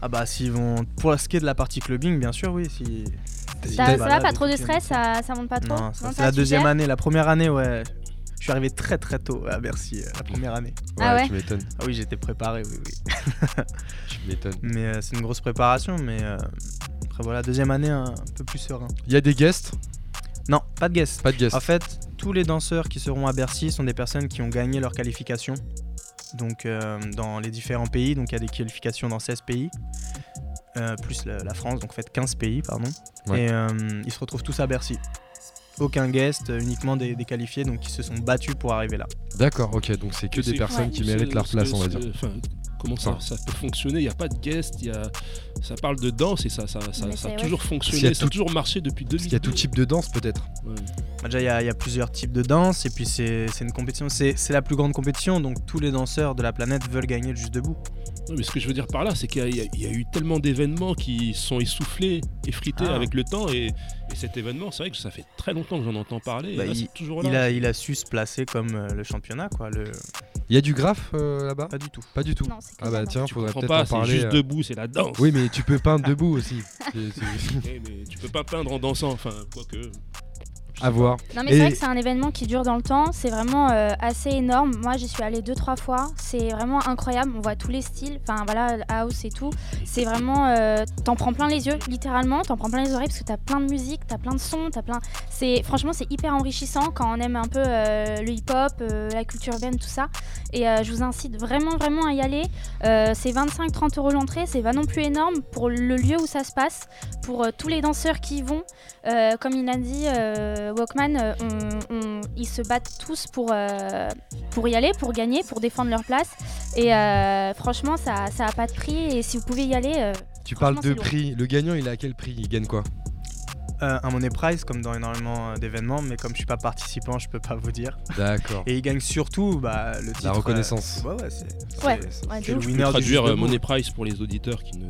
E: Ah bah s'ils vont pour ce qui est de la partie clubbing bien sûr oui si. si-
B: Ça,
E: bah,
B: ça va,
E: là,
B: pas
E: les
B: trop de
E: week-ends.
B: stress, ça, ça monte pas trop.
E: Non, ça,
B: Non,
E: c'est
B: ça,
E: la
B: tu
E: deuxième
B: gères
E: année, la première année ouais. Je suis arrivé très très tôt à Bercy euh, la première année.
B: Ah ouais
A: Tu m'étonnes.
E: Ah oui j'étais préparé oui oui.
A: Tu m'étonnes.
E: Mais euh, c'est une grosse préparation mais euh, après voilà deuxième année un peu plus serein.
A: Il y a des guests
E: Non pas de guest.
A: Pas de guests.
E: En fait, tous les danseurs qui seront à Bercy sont des personnes qui ont gagné leur qualification. Donc, euh, dans les différents pays, donc il y a des qualifications dans 16 pays, euh, plus la, la France, donc faites 15 pays, pardon.
A: Ouais.
E: Et euh, ils se retrouvent tous à Bercy. Aucun guest, euh, uniquement des, des qualifiés, donc qui se sont battus pour arriver là.
A: D'accord, ok, donc c'est que
C: Mais
A: des
C: c'est-
A: personnes
B: ouais.
A: qui
C: c'est-
A: méritent leur
C: c'est-
A: place, on va
C: c'est-
A: dire.
C: enfin, comment ça,
A: Enfin.
C: ça peut fonctionner Il n'y a pas de guest, il y a... ça parle de danse et ça, ça, ça,
B: Mais
C: ça a
B: c'est-
C: toujours
A: Parce qu'il y
C: fonctionné,
A: a
C: ça
A: tout-
C: a toujours marché depuis 2000.
A: Parce qu'il y a tout type de danse peut-être.
E: Bah, déjà, il y, a- il y a plusieurs types de danse, et puis c'est c'est une compétition, c'est c'est la plus grande compétition, donc tous les danseurs de la planète veulent gagner le juste debout.
C: Non, mais ce que je veux dire par là, c'est qu'il y, a- il y a- il y a eu tellement d'événements qui sont essoufflés, effrités
E: Ah.
C: avec le temps. Et, et cet événement, c'est vrai que ça fait très longtemps que j'en entends parler. et
E: Bah,
C: là,
E: il-
C: c'est toujours
E: Il
C: là.
E: a, il a su se placer comme euh, le championnat, quoi. Le...
A: Il y a du graphe euh, là-bas
E: Pas du tout.
A: Pas du tout.
B: Non, c'est que
A: ah
B: la
A: bah
B: danse.
A: tiens,
C: Tu
A: faudrait
C: comprends
A: peut-être
C: pas,
A: en
C: c'est
A: parler.
C: juste
A: euh.
C: debout, c'est la danse.
A: Oui, mais tu peux peindre debout
E: [LAUGHS]
A: aussi. C'est- c'est-
C: Eh, mais tu peux pas peindre en dansant, enfin, quoique.
A: à voir.
B: Non mais c'est
A: Et-
B: vrai que c'est un événement qui dure dans le temps, c'est vraiment euh, assez énorme. Moi j'y suis allée deux trois fois, c'est vraiment incroyable, on voit tous les styles, enfin voilà house et tout. C'est vraiment euh, t'en prends plein les yeux, littéralement, t'en prends plein les oreilles parce que t'as plein de musique, t'as plein de sons, t'as plein. C'est franchement c'est hyper enrichissant quand on aime un peu euh, le hip hop, la culture urbaine, tout ça. Et euh, je vous incite vraiment vraiment à y aller. Euh, c'est 25-30 euros l'entrée, c'est pas non plus énorme pour le lieu où ça se passe, pour euh, tous les danseurs qui y vont. Euh, comme il a dit, euh, Walkman, euh, on- on- ils se battent tous pour, euh, pour y aller, pour gagner, pour défendre leur place. Et euh, franchement, ça n'a pas de prix. Et si vous pouvez y aller, euh,
A: Tu parles de
B: Franchement, c'est
A: prix. Le gagnant, il a quel prix Il gagne quoi
E: Euh, un money prize comme dans énormément euh, d'événements, mais comme je suis pas participant, je peux pas vous dire.
A: D'accord.
E: Et il gagne surtout bah, le titre.
A: La reconnaissance.
E: euh, ouais, ouais, c'est. c'est-
B: Ouais,
E: c'est
B: ouais,
E: le
B: de ouf.
E: winner du
C: Traduire
E: juste
C: euh,
E: debout.
C: Money Price pour les auditeurs qui ne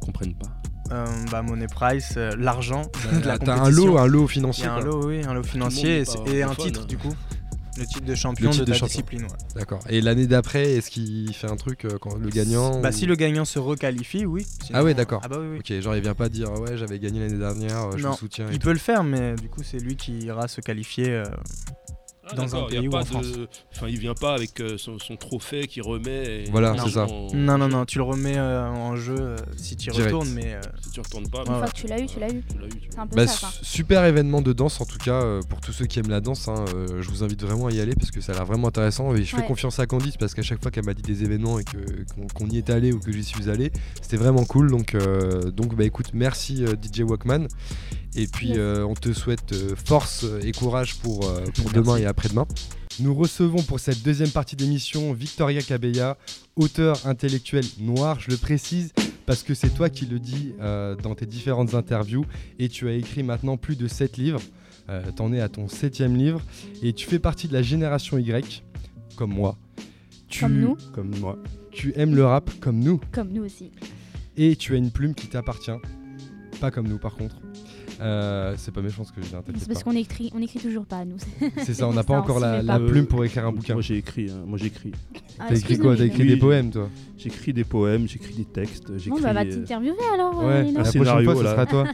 C: comprennent pas.
E: Euh, bah, money prize, euh, l'argent de la
A: T'as un
E: compétition.
A: lot, un lot
E: Il
A: financier.
E: y a un
A: quoi.
E: lot, oui, un lot
C: n'est
E: financier et,
C: pas
E: c'est- et un
C: anglophone,
E: titre
C: hein.
E: du coup. Le titre de champion
A: Le titre
E: de,
A: de
E: ta
A: champion.
E: discipline. ouais.
A: D'accord. Et l'année d'après, est-ce qu'il fait un truc euh, quand le gagnant
E: Bah
A: ou-
E: si le gagnant se requalifie, oui.
A: Ah ouais,
E: Sinon,
A: d'accord.
E: Ah bah oui, oui.
A: Ok, genre il vient pas dire ouais j'avais gagné l'année dernière, euh, je
E: Non.
A: vous soutiens. et
E: Il
A: tout.
E: peut le faire, mais du coup c'est lui qui ira se qualifier. euh,
C: Ah,
E: Dans
C: d'accord,
E: un
C: il y a
E: pays ou
C: pas
E: en
C: de-
E: France.
C: Enfin, il vient pas avec euh, son, son trophée qu'il remet. et-
A: Voilà,
E: Non.
A: c'est ça.
C: en-
E: Non, non, non, tu le remets euh, en jeu euh, si tu y
A: Direct.
E: retournes, mais euh,
C: Si tu retournes pas.
E: Une
B: une
E: Ah
B: fois
E: ouais.
B: que tu l'as eu, tu l'as eu.
C: Tu l'as eu. tu
B: C'est
C: l'as eu.
B: un peu
A: Bah,
B: ça. quoi.
A: su- super événement de danse en tout cas euh, pour tous ceux qui aiment la danse. hein, euh, je vous invite vraiment à y aller parce que ça a l'air vraiment intéressant. Et je fais
B: Ouais.
A: confiance à Candice parce qu'à chaque fois qu'elle m'a dit des événements et que qu'on qu'on y est allé ou que j'y suis allé, c'était vraiment cool. Donc euh, donc bah écoute, merci euh, DJ Walkman. Et puis
B: Yes.
A: euh, on te souhaite euh, force et courage pour, euh, pour
E: Merci.
A: demain et après-demain. Nous recevons pour cette deuxième partie d'émission Victoria Cabella, auteur intellectuel noir, je le précise parce que c'est toi qui le dis euh, dans tes différentes interviews et tu as écrit maintenant plus de 7 livres. Euh, T'en es à ton septième livre et tu fais partie de la génération Y, comme moi. Tu-
B: Comme nous.
A: Comme moi. Tu aimes le rap comme nous
B: Comme nous aussi.
A: et tu as une plume qui t'appartient. Pas comme nous, par contre. Euh, c'est pas méchant ce que je dis, hein,
B: C'est
A: t'inquiète
B: parce
A: pas.
B: qu'on écrit, on écrit toujours pas nous.
A: C'est ça, on
B: pour
A: n'a pas
B: ça, on
A: encore
B: s'y
A: la,
B: met
A: la
B: pas.
A: plume pour écrire un bouquin.
F: Moi j'ai écrit,
G: euh,
F: hein, moi j'écris.
B: Ah,
A: T'as écrit
B: excuse-nous,
A: quoi T'as
B: les
A: écrit
B: gars.
A: des
F: Oui.
A: poèmes, toi
F: J'écris des poèmes, j'écris des textes, j'écris.
B: Bon, bah, va
F: euh,
B: t'interviewer alors, euh,
A: Ouais,
B: Léna.
A: la
F: Un
A: prochaine
F: scénario,
A: fois, ce
F: là.
A: sera toi.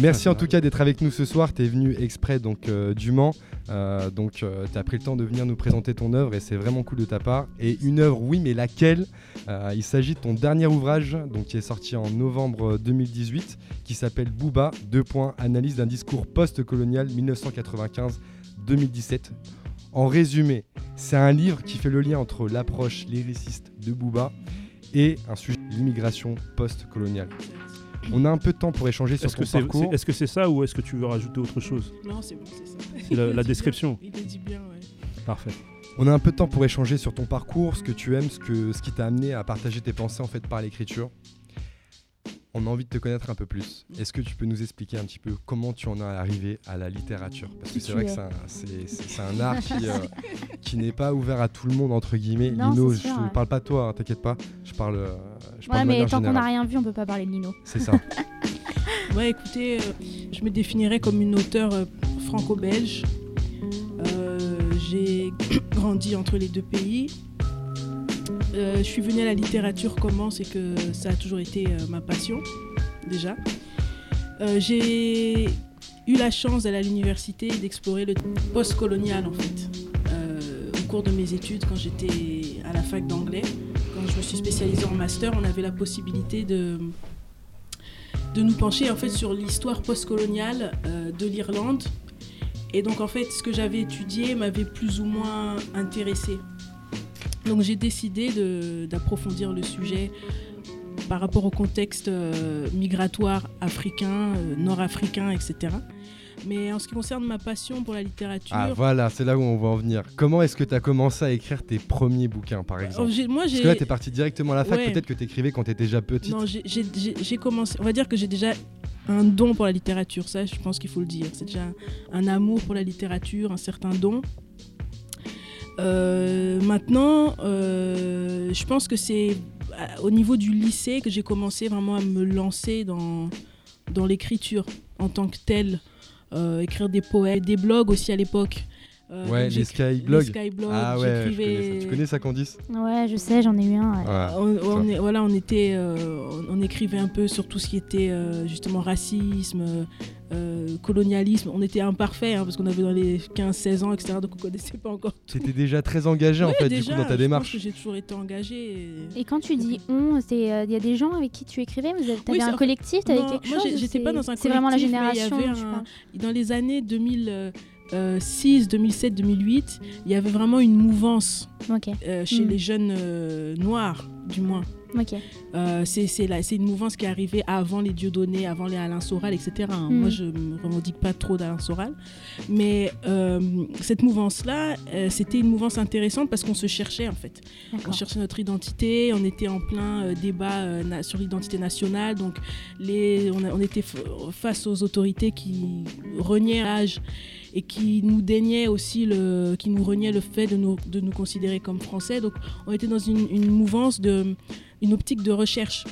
A: Merci en tout cas d'être avec nous ce soir. Tu es venu exprès donc euh, du Mans. Euh, donc tu as pris le temps de venir nous présenter ton œuvre et c'est vraiment cool de ta part. Et une œuvre, oui, mais laquelle Euh, Il s'agit de ton dernier ouvrage donc, qui est sorti en novembre euh, 2018 qui s'appelle Booba, deux points, analyse d'un discours post-colonial 1995-2017. En résumé, c'est un livre qui fait le lien entre l'approche lyriciste de Booba et un sujet, l'immigration post-coloniale. On a un peu de temps pour échanger sur
C: Est-ce
A: ton
C: que c'est
A: parcours.
C: c'est- est-ce que c'est ça ou est-ce que tu veux rajouter autre chose
F: Non, c'est bon, c'est ça.
C: C'est la-
E: [LAUGHS]
F: Il
C: la
F: dit
C: description.
F: bien, Il le dit bien, ouais.
C: Parfait.
A: On a un peu de temps pour échanger sur ton parcours, ce que tu aimes, ce, que, ce qui t'a amené à partager tes pensées en fait par l'écriture. On a envie de te connaître un peu plus. Est-ce que tu peux nous expliquer un petit peu comment tu en es arrivé à la littérature Parce que
B: Qui
A: c'est
B: tu
A: vrai que
B: es
A: c'est un, c'est- c'est- c'est un art qui,
B: [LAUGHS]
A: euh, qui n'est pas ouvert à tout le monde, entre guillemets.
B: Non,
A: Lino,
B: c'est sûr,
A: je ne
B: ouais.
A: parle pas de toi, hein, t'inquiète pas. Je parle, euh, je parle
B: Ouais,
A: de
B: mais
A: manière
B: tant qu'on n'a
A: générale.
B: rien vu, on peut pas parler de Nino.
A: C'est
B: [LAUGHS]
A: ça.
F: Ouais, écoutez, euh, je me définirais comme une auteure euh, franco-belge. Euh, J'ai [COUGHS] grandi entre les deux pays. Euh, je suis venue à la littérature comment C'est que ça a toujours été euh, ma passion, déjà. Euh, J'ai eu la chance d'aller à l'université et d'explorer le post-colonial, en fait. Euh, au cours de mes études, quand j'étais à la fac d'anglais, quand je me suis spécialisée en master, on avait la possibilité de de nous pencher en fait sur l'histoire postcoloniale euh, de l'Irlande. Et donc en fait, ce que j'avais étudié m'avait plus ou moins intéressé. Donc j'ai décidé de- d'approfondir le sujet par rapport au contexte euh, migratoire africain, euh, nord-africain, etc. Mais en ce qui concerne ma passion pour la littérature,
A: Ah voilà, c'est là où on va en venir. Comment est-ce que tu as commencé à écrire tes premiers bouquins, par
F: euh,
A: exemple
F: j'ai- moi
A: Parce
F: j'ai
A: que là, t'es parti directement à la fac.
F: Ouais.
A: Peut-être que t'écrivais quand t'étais déjà petite.
F: Non, j'ai- j'ai- j'ai j'ai commencé. On va dire que j'ai déjà un don pour la littérature, ça, je pense qu'il faut le dire. C'est déjà un, un amour pour la littérature, un certain don. Euh, maintenant, euh, je pense que c'est à- au niveau du lycée que j'ai commencé vraiment à me lancer dans, dans l'écriture en tant que telle. Euh, écrire des poèmes, des blogs aussi à l'époque. Euh,
A: Ouais,
F: j'ai-
A: les skyblogs.
F: les skyblogs,
A: Ah ouais, je connais
F: j'écrivais-
A: ça. Tu connais ça, Candice
B: Ouais, je sais, j'en ai eu un. ouais.
A: Ouais.
F: on, on
A: Ah, ça.
F: est- voilà, on était, euh, on, on écrivait un peu sur tout ce qui était euh, justement racisme, euh, euh, colonialisme. On était imparfait parce qu'on avait dans les 15-16 ans, etc. Donc on connaissait pas encore.
A: T'étais déjà très engagé en
F: Ouais,
A: fait
F: déjà,
A: du coup dans
F: je
A: ta
F: pense
A: démarche.
F: que J'ai toujours été engagée. et-
B: Et quand tu dis on, euh, il y a des gens avec qui tu écrivais Vous avez t'avais
F: Oui, c'est-
B: un collectif t'avais
F: Non,
B: quelque
F: moi,
B: chose,
F: j'ai-
B: ou
F: j'étais
B: c'est-
F: pas dans un
B: C'est vraiment la
F: collectif, mais il y
B: génération.
F: avait
B: tu
F: un-
B: parles
F: Dans les années euh, 2006, 2007, 2008, il y avait vraiment une mouvance
B: Ok,
F: euh, chez
B: Mm.
F: les jeunes euh, noirs, du moins.
B: ok.
F: Euh, c'est c'est la- c'est une mouvance qui est arrivée avant les Dieudonné, avant les Alain Soral, etc. hein.
B: Mm.
F: Moi, je me revendique pas trop d'Alain Soral. Mais euh, cette mouvance-là, euh, c'était une mouvance intéressante parce qu'on se cherchait, en fait. On
B: D'accord.
F: cherchait notre identité, on était en plein euh, débat euh, na- sur l'identité nationale. Donc, les, on, a- on était f- face aux autorités qui reniaient l'âge et qui nous déniaient aussi, le, qui nous reniaient le fait de nous, de nous considérer comme français. Donc, on était dans une, une mouvance, de, une optique de recherche.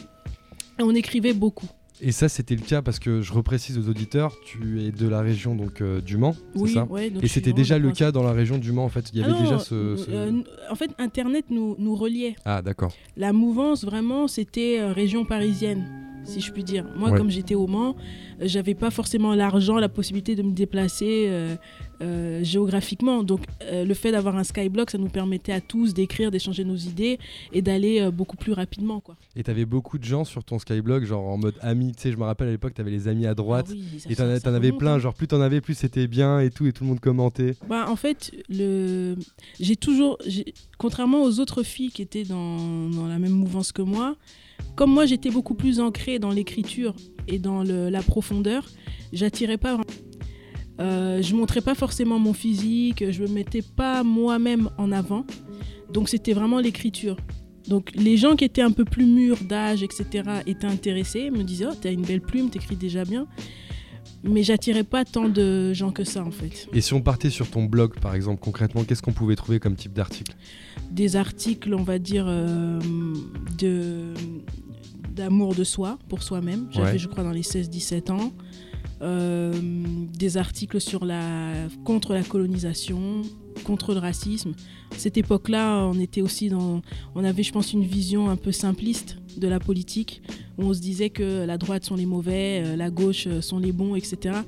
F: Et on écrivait beaucoup.
A: Et ça c'était le cas parce que je reprécise aux auditeurs, tu es de la région donc euh, du Mans, c'est ça
F: ouais, donc
A: Et
F: je suis
A: c'était
F: vraiment
A: déjà
F: de
A: le
F: France.
A: cas dans la région du Mans en fait. Il y
F: Ah
A: avait
F: non,
A: déjà ce. ce-
F: euh, n- en fait, Internet nous, nous reliait.
A: Ah d'accord.
F: La mouvance, vraiment, c'était euh, région parisienne, si je puis dire. Moi,
A: Ouais.
F: comme j'étais au Mans, euh, j'avais pas forcément l'argent, la possibilité de me déplacer euh, euh, géographiquement. Donc, euh, le fait d'avoir un skyblock, ça nous permettait à tous d'écrire, d'échanger nos idées et d'aller euh, beaucoup plus rapidement. Quoi.
A: Et t'avais beaucoup de gens sur ton Skyblog genre en mode amis. Tu sais, je me rappelle à l'époque t'avais les amis à droite.
F: Ah oui, ça-
A: Et
F: ça-
A: t'en
F: ça
A: t'en avais
F: remonte,
A: plein,
F: hein.
A: genre plus t'en avais, plus c'était bien et tout, et tout le monde commentait.
F: Bah, en fait, le... j'ai toujours, j'ai- contrairement aux autres filles qui étaient dans, dans la même mouvance que moi, comme moi j'étais beaucoup plus ancrée dans l'écriture et dans le- la profondeur, j'attirais pas. vraiment. Euh, je montrais pas forcément mon physique, je me mettais pas moi-même en avant. Donc c'était vraiment l'écriture. Donc les gens qui étaient un peu plus mûrs d'âge, etc., étaient intéressés, me disaient Oh, t'as une belle plume, t'écris déjà bien. Mais j'attirais pas tant de gens que ça en fait.
A: Et si on partait sur ton blog par exemple, concrètement, qu'est-ce qu'on pouvait trouver comme type d'article
F: des articles, on va dire, euh, de d'amour de soi pour soi-même. J'avais,
A: Ouais.
F: je crois, dans les 16-17 ans. Euh, des articles sur la contre la colonisation, contre le racisme. À cette époque-là, on était aussi dans, on avait, je pense, une vision un peu simpliste de la politique. où on se disait que la droite sont les mauvais, euh, la gauche euh, sont les bons, etc.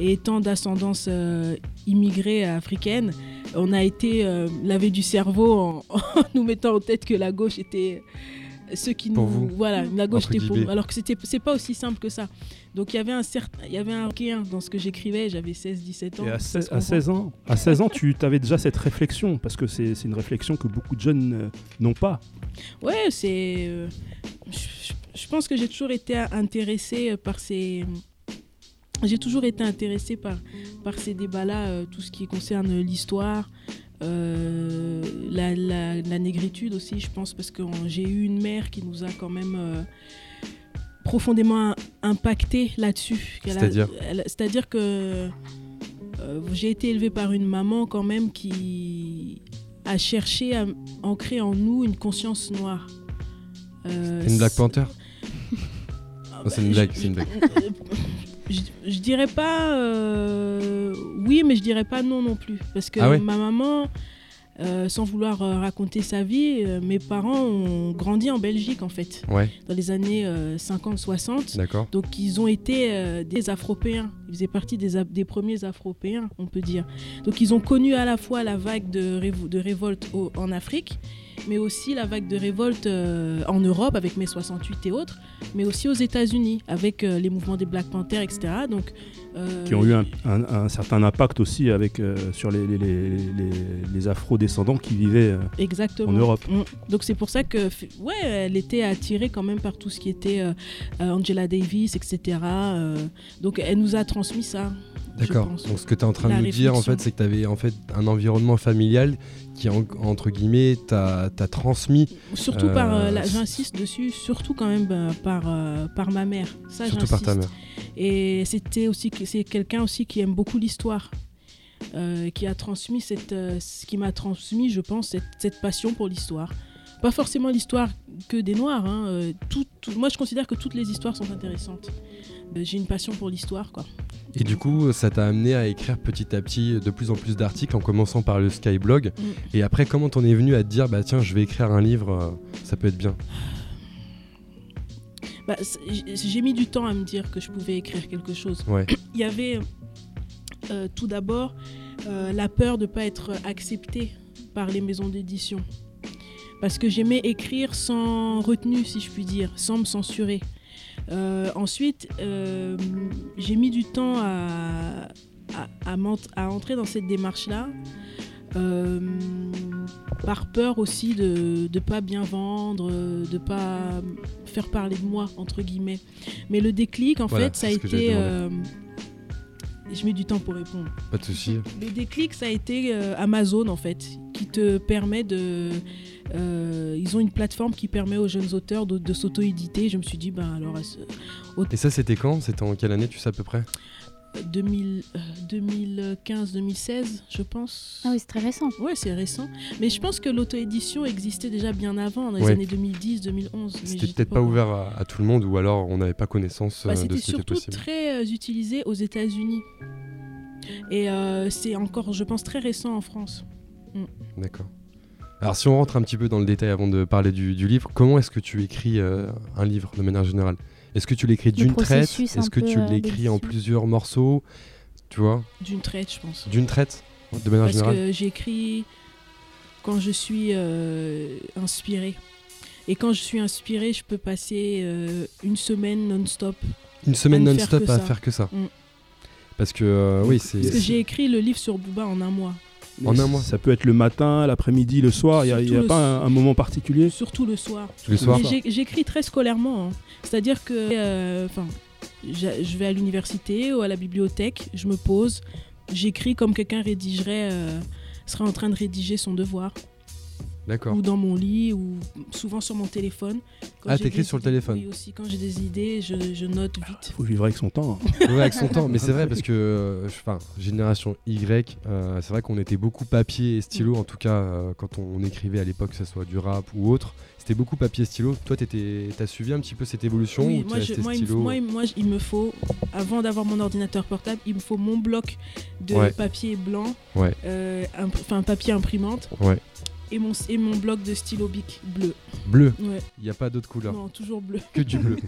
F: Et étant d'ascendance euh, immigrée africaine, on a été euh, lavé du cerveau en, [LAUGHS] en nous mettant en tête que la gauche était euh, ceux qui
A: Pour
F: nous
A: vous,
F: voilà la gauche
A: entre
F: était pour
A: guillemets.
F: nous, alors que c'était c'est pas aussi simple que ça. Donc il y avait un certain il y avait un rien dans ce que j'écrivais, j'avais 16 17 ans.
G: Et à,
F: ça se
G: 16, à
F: comprend.
G: 16 ans, à 16 ans, tu avais déjà cette réflexion, parce que c'est c'est une réflexion que beaucoup de jeunes euh, n'ont pas.
F: Ouais, c'est. euh, je- je je pense que j'ai toujours été intéressée euh, par ces. J'ai toujours été intéressée par, par ces débats-là, euh, tout ce qui concerne l'histoire, euh, la, la- la négritude aussi, je pense, parce que on- j'ai eu une mère qui nous a quand même euh, profondément impacté là-dessus. Qu'elle a-
A: C'est-à-dire
F: elle- C'est-à-dire que euh, j'ai été élevée par une maman quand même qui a cherché à ancrer en nous une conscience noire. Euh,
A: C'est une Black
F: c'est-
A: Panther
F: Ah
A: Non, c'est
F: bah,
A: une blague,
F: je- euh,
A: c'est
F: [LAUGHS]
A: une blague.
F: je, je dirais pas euh, oui, mais je dirais pas non non plus. Parce que
A: Ah ouais
F: ma maman, euh, sans vouloir euh, raconter sa vie, euh, mes parents ont grandi en Belgique en fait,
A: Ouais,
F: dans les années euh, 50-60.
A: d'accord.
F: Donc ils ont été euh, des Afropéens. Ils faisaient partie des, Af- des premiers Afropéens, on peut dire. Donc ils ont connu à la fois la vague de, révo- de révolte au- en Afrique, mais aussi la vague de révolte euh, en Europe avec mai 68 et autres, mais aussi aux États-Unis avec euh, les mouvements des Black Panthers, etc. Donc, euh,
G: qui ont eu un, un- un certain impact aussi avec, euh, sur les, les, les, les- les afro-descendants qui vivaient. euh,
F: Exactement.
G: en Europe.
F: Mm. Donc c'est pour ça que, f- ouais, elle était attirée quand même par tout ce qui était euh, euh, Angela Davis, etc. euh, donc elle nous a transmis ça. je
A: D'accord.
F: pense.
A: Donc ce que tu es en train
F: La
A: de nous dire en
F: réflexion.
A: fait, c'est que tu avais en fait un environnement familial qui en- entre guillemets t'a t'a transmis
F: Surtout
A: Euh,
F: par, euh, la-
A: s-
F: j'insiste dessus, surtout quand même bah, par, euh, par ma mère. Ça,
A: surtout par ta
F: j'insiste.
A: mère.
F: Et c'était aussi, que- c'est quelqu'un aussi qui aime beaucoup l'histoire, euh, qui a transmis cette, euh, ce qui m'a transmis, je pense, cette, cette passion pour l'histoire. Pas forcément l'histoire que des Noirs. hein, euh, tout- tout- moi, je considère que toutes les histoires sont intéressantes. Euh, J'ai une passion pour l'histoire, quoi.
A: Et du coup, ça t'a amené à écrire petit à petit de plus en plus d'articles en commençant par le Skyblog.
F: Mm.
A: Et après, comment t'en es venu à te dire bah tiens, je vais écrire un livre, euh, ça peut être bien.
F: Bah, c'est- j'ai- J'ai mis du temps à me dire que je pouvais écrire quelque chose. [COUGHS]
A: Ouais.
F: Il y avait euh, tout d'abord euh, la peur de ne pas être acceptée par les maisons d'édition. Parce que j'aimais écrire sans retenue, si je puis dire, sans me censurer. Euh, ensuite, euh, j'ai mis du temps à, à, à m'ent- à entrer dans cette démarche-là. euh, par peur aussi de ne pas bien vendre, euh, de pas faire parler de moi, entre guillemets. Mais le déclic, en
A: Voilà,
F: fait, ça a
A: c'est ce que j'allais
F: été...
A: demander.
F: euh, je mets du temps pour répondre.
A: Pas de souci.
F: Le déclic, ça a été euh, Amazon, en fait, qui te permet de... euh, ils ont une plateforme qui permet aux jeunes auteurs de, de s'auto-éditer. Je me suis dit, ben alors, à ce-
A: Et ça, c'était quand C'était en quelle année, tu sais à peu près
F: 2000, euh, 2015, 2016, je pense.
B: Ah oui, c'est très récent.
F: Ouais, c'est récent. Mais je pense que l'auto-édition existait déjà bien avant, dans les
A: Ouais.
F: années 2010, 2011. mais
A: C'était
F: j'étais
A: peut-être pas ouvert à, à tout le monde, ou alors on n'avait pas connaissance
F: Bah,
A: euh, de
F: c'était
A: ce qui était
F: surtout
A: possible.
F: très euh, utilisé aux États-Unis. Et euh, c'est encore, je pense, très récent en France.
A: D'accord. Alors si on rentre un petit peu dans le détail avant de parler du, du livre, comment est-ce que tu écris euh, un livre de manière générale Est-ce que tu l'écris d'une traite
B: processus un
A: Est-ce que
B: peu,
A: tu
B: euh,
A: l'écris en
B: d'édition.
A: plusieurs morceaux Tu vois
F: D'une traite, je pense.
A: D'une traite De manière
F: Parce
A: générale
F: que j'écris quand je suis euh, inspirée. Et quand je suis inspirée, je peux passer euh, une semaine non-stop.
A: Une semaine
F: à ne faire
A: non-stop
F: que
A: à
F: ça.
A: faire que ça.
F: Mm.
A: Parce que euh, oui, c'est...
F: Parce que
A: c'est-
F: j'ai écrit le livre sur Booba en un mois.
A: En
G: mais
A: un mois.
G: Ça peut être le matin, l'après-midi, le soir, il n'y a,
F: Surtout le
G: pas un, un moment particulier.
F: Surtout le soir.
A: Le soir
F: Mais j'ai- J'écris très scolairement. hein. C'est-à-dire que euh, enfin, j'a- je vais à l'université ou à la bibliothèque, je me pose, j'écris comme quelqu'un rédigerait, euh, serait en train de rédiger son devoir.
A: D'accord.
F: Ou dans mon lit, ou souvent sur mon téléphone. Quand
A: Ah,
F: j'ai
A: t'écris
F: des
A: sur le
F: idées-
A: téléphone.
F: Oui, aussi. Quand j'ai des idées, je, je note vite.
G: faut vivre avec son temps. hein.
A: Ouais, avec son temps, mais c'est vrai parce que, euh, je- enfin, génération Y, euh, c'est vrai qu'on était beaucoup papier et stylo,
F: Mm.
A: en tout cas euh, quand on, écrivait à l'époque, que ce soit du rap ou autre, c'était beaucoup papier et stylo. Toi, t'étais- t'as suivi un petit peu cette évolution
F: Oui,
A: ou t'es
F: moi, je-
A: resté
F: moi, il, me-
A: stylo
F: moi, il- moi, je- il me faut, avant d'avoir mon ordinateur portable, il me faut mon bloc de
A: Ouais.
F: papier blanc,
A: Ouais.
F: euh, imp- enfin papier imprimante,
A: Ouais.
F: et mon, et mon bloc de stylo bic bleu.
A: Bleu,
F: Ouais,
A: il n'y a pas d'autre couleur,
F: non, toujours bleu.
A: que du
F: [LAUGHS]
A: bleu.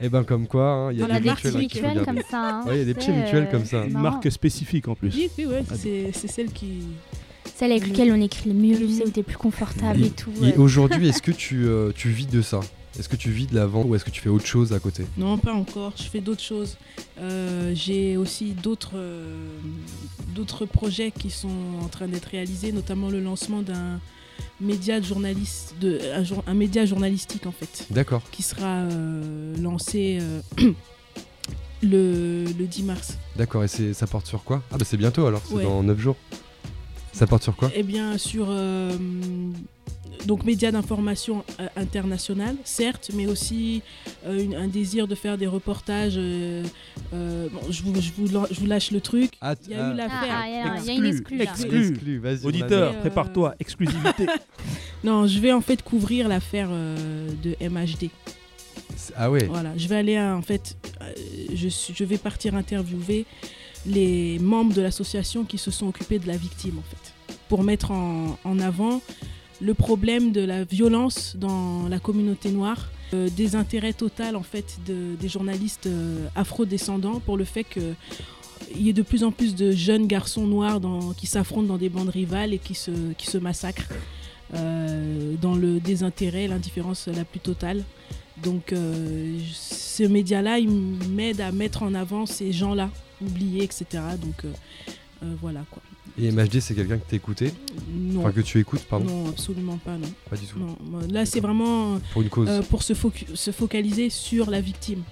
A: Et ben comme quoi, il
F: Dans
A: y a
F: la
A: des
F: marque
B: petits
A: rituels hein, qu'il faut
B: mutuels
A: garder.
B: comme ça. hein.
A: Ouais, il y a des petits
B: C'est,
A: mutuels
B: euh,
A: comme ça.
B: c'est
G: Une
B: marrant.
G: marque spécifique en plus.
F: Oui, oui, ouais,
A: Ah,
F: c'est c'est celle qui.
B: Celle avec
F: Le-
B: laquelle on écrit le mieux,
F: le
B: tu sais,
F: mieux.
B: où t'es plus confortable
A: Et-
B: et tout. euh.
A: Et
B: ouais.
A: aujourd'hui, est-ce que tu, euh, tu vis de ça Est-ce que tu vis de la vente ou est-ce que tu fais autre chose à côté
F: Non, pas encore. Je fais d'autres choses. Euh, J'ai aussi d'autres euh, d'autres projets qui sont en train d'être réalisés, notamment le lancement d'un média de journaliste, de, un, jour- un média journalistique en fait,
A: D'accord.
F: qui sera euh, lancé euh, [CLEARS THROAT] le, le 10 mars.
A: D'accord, et c'est- ça porte sur quoi Ah bah c'est bientôt alors, c'est
F: Ouais.
A: dans 9 jours. Ça porte sur quoi
F: Eh bien, sur euh, donc médias d'information euh, internationale, certes, mais aussi euh, une- un désir de faire des reportages. euh, euh, bon, je, vous, je, vous, lan- je vous lâche le truc.
A: Ah,
F: Il y a eu
B: Ah,
F: l'affaire.
B: ah, il y a- il y a une exclue là.
F: Exclu.
A: vas-y. on
G: Auditeur,
F: Mais, euh,
G: prépare-toi, [LAUGHS] exclusivité.
F: Non, je vais en fait couvrir l'affaire euh, de MHD.
A: adore. C'est- Ah ouais,
F: Voilà, je vais aller à, en fait, euh, je, suis- je vais partir interviewer les membres de l'association qui se sont occupés de la victime en fait, pour mettre en, en avant le problème de la violence dans la communauté noire, euh, des intérêts total en fait de- des journalistes euh, afro-descendants pour le fait que il y ait de plus en plus de jeunes garçons noirs dans- qui s'affrontent dans des bandes rivales et qui se, qui se massacrent euh, dans le désintérêt, l'indifférence la plus totale. Donc euh, je- ce média-là, il m'aide à mettre en avant ces gens-là, oubliés, etc. Donc euh, euh, voilà quoi.
A: et MHD c'est quelqu'un que t'écoutais
F: Non,
A: Enfin que tu écoutes, pardon
F: non, absolument pas, non.
A: Pas du tout.
F: non. Moi, Là, c'est vraiment
A: Pour une cause.
F: euh, pour se, focu- se focaliser sur la victime.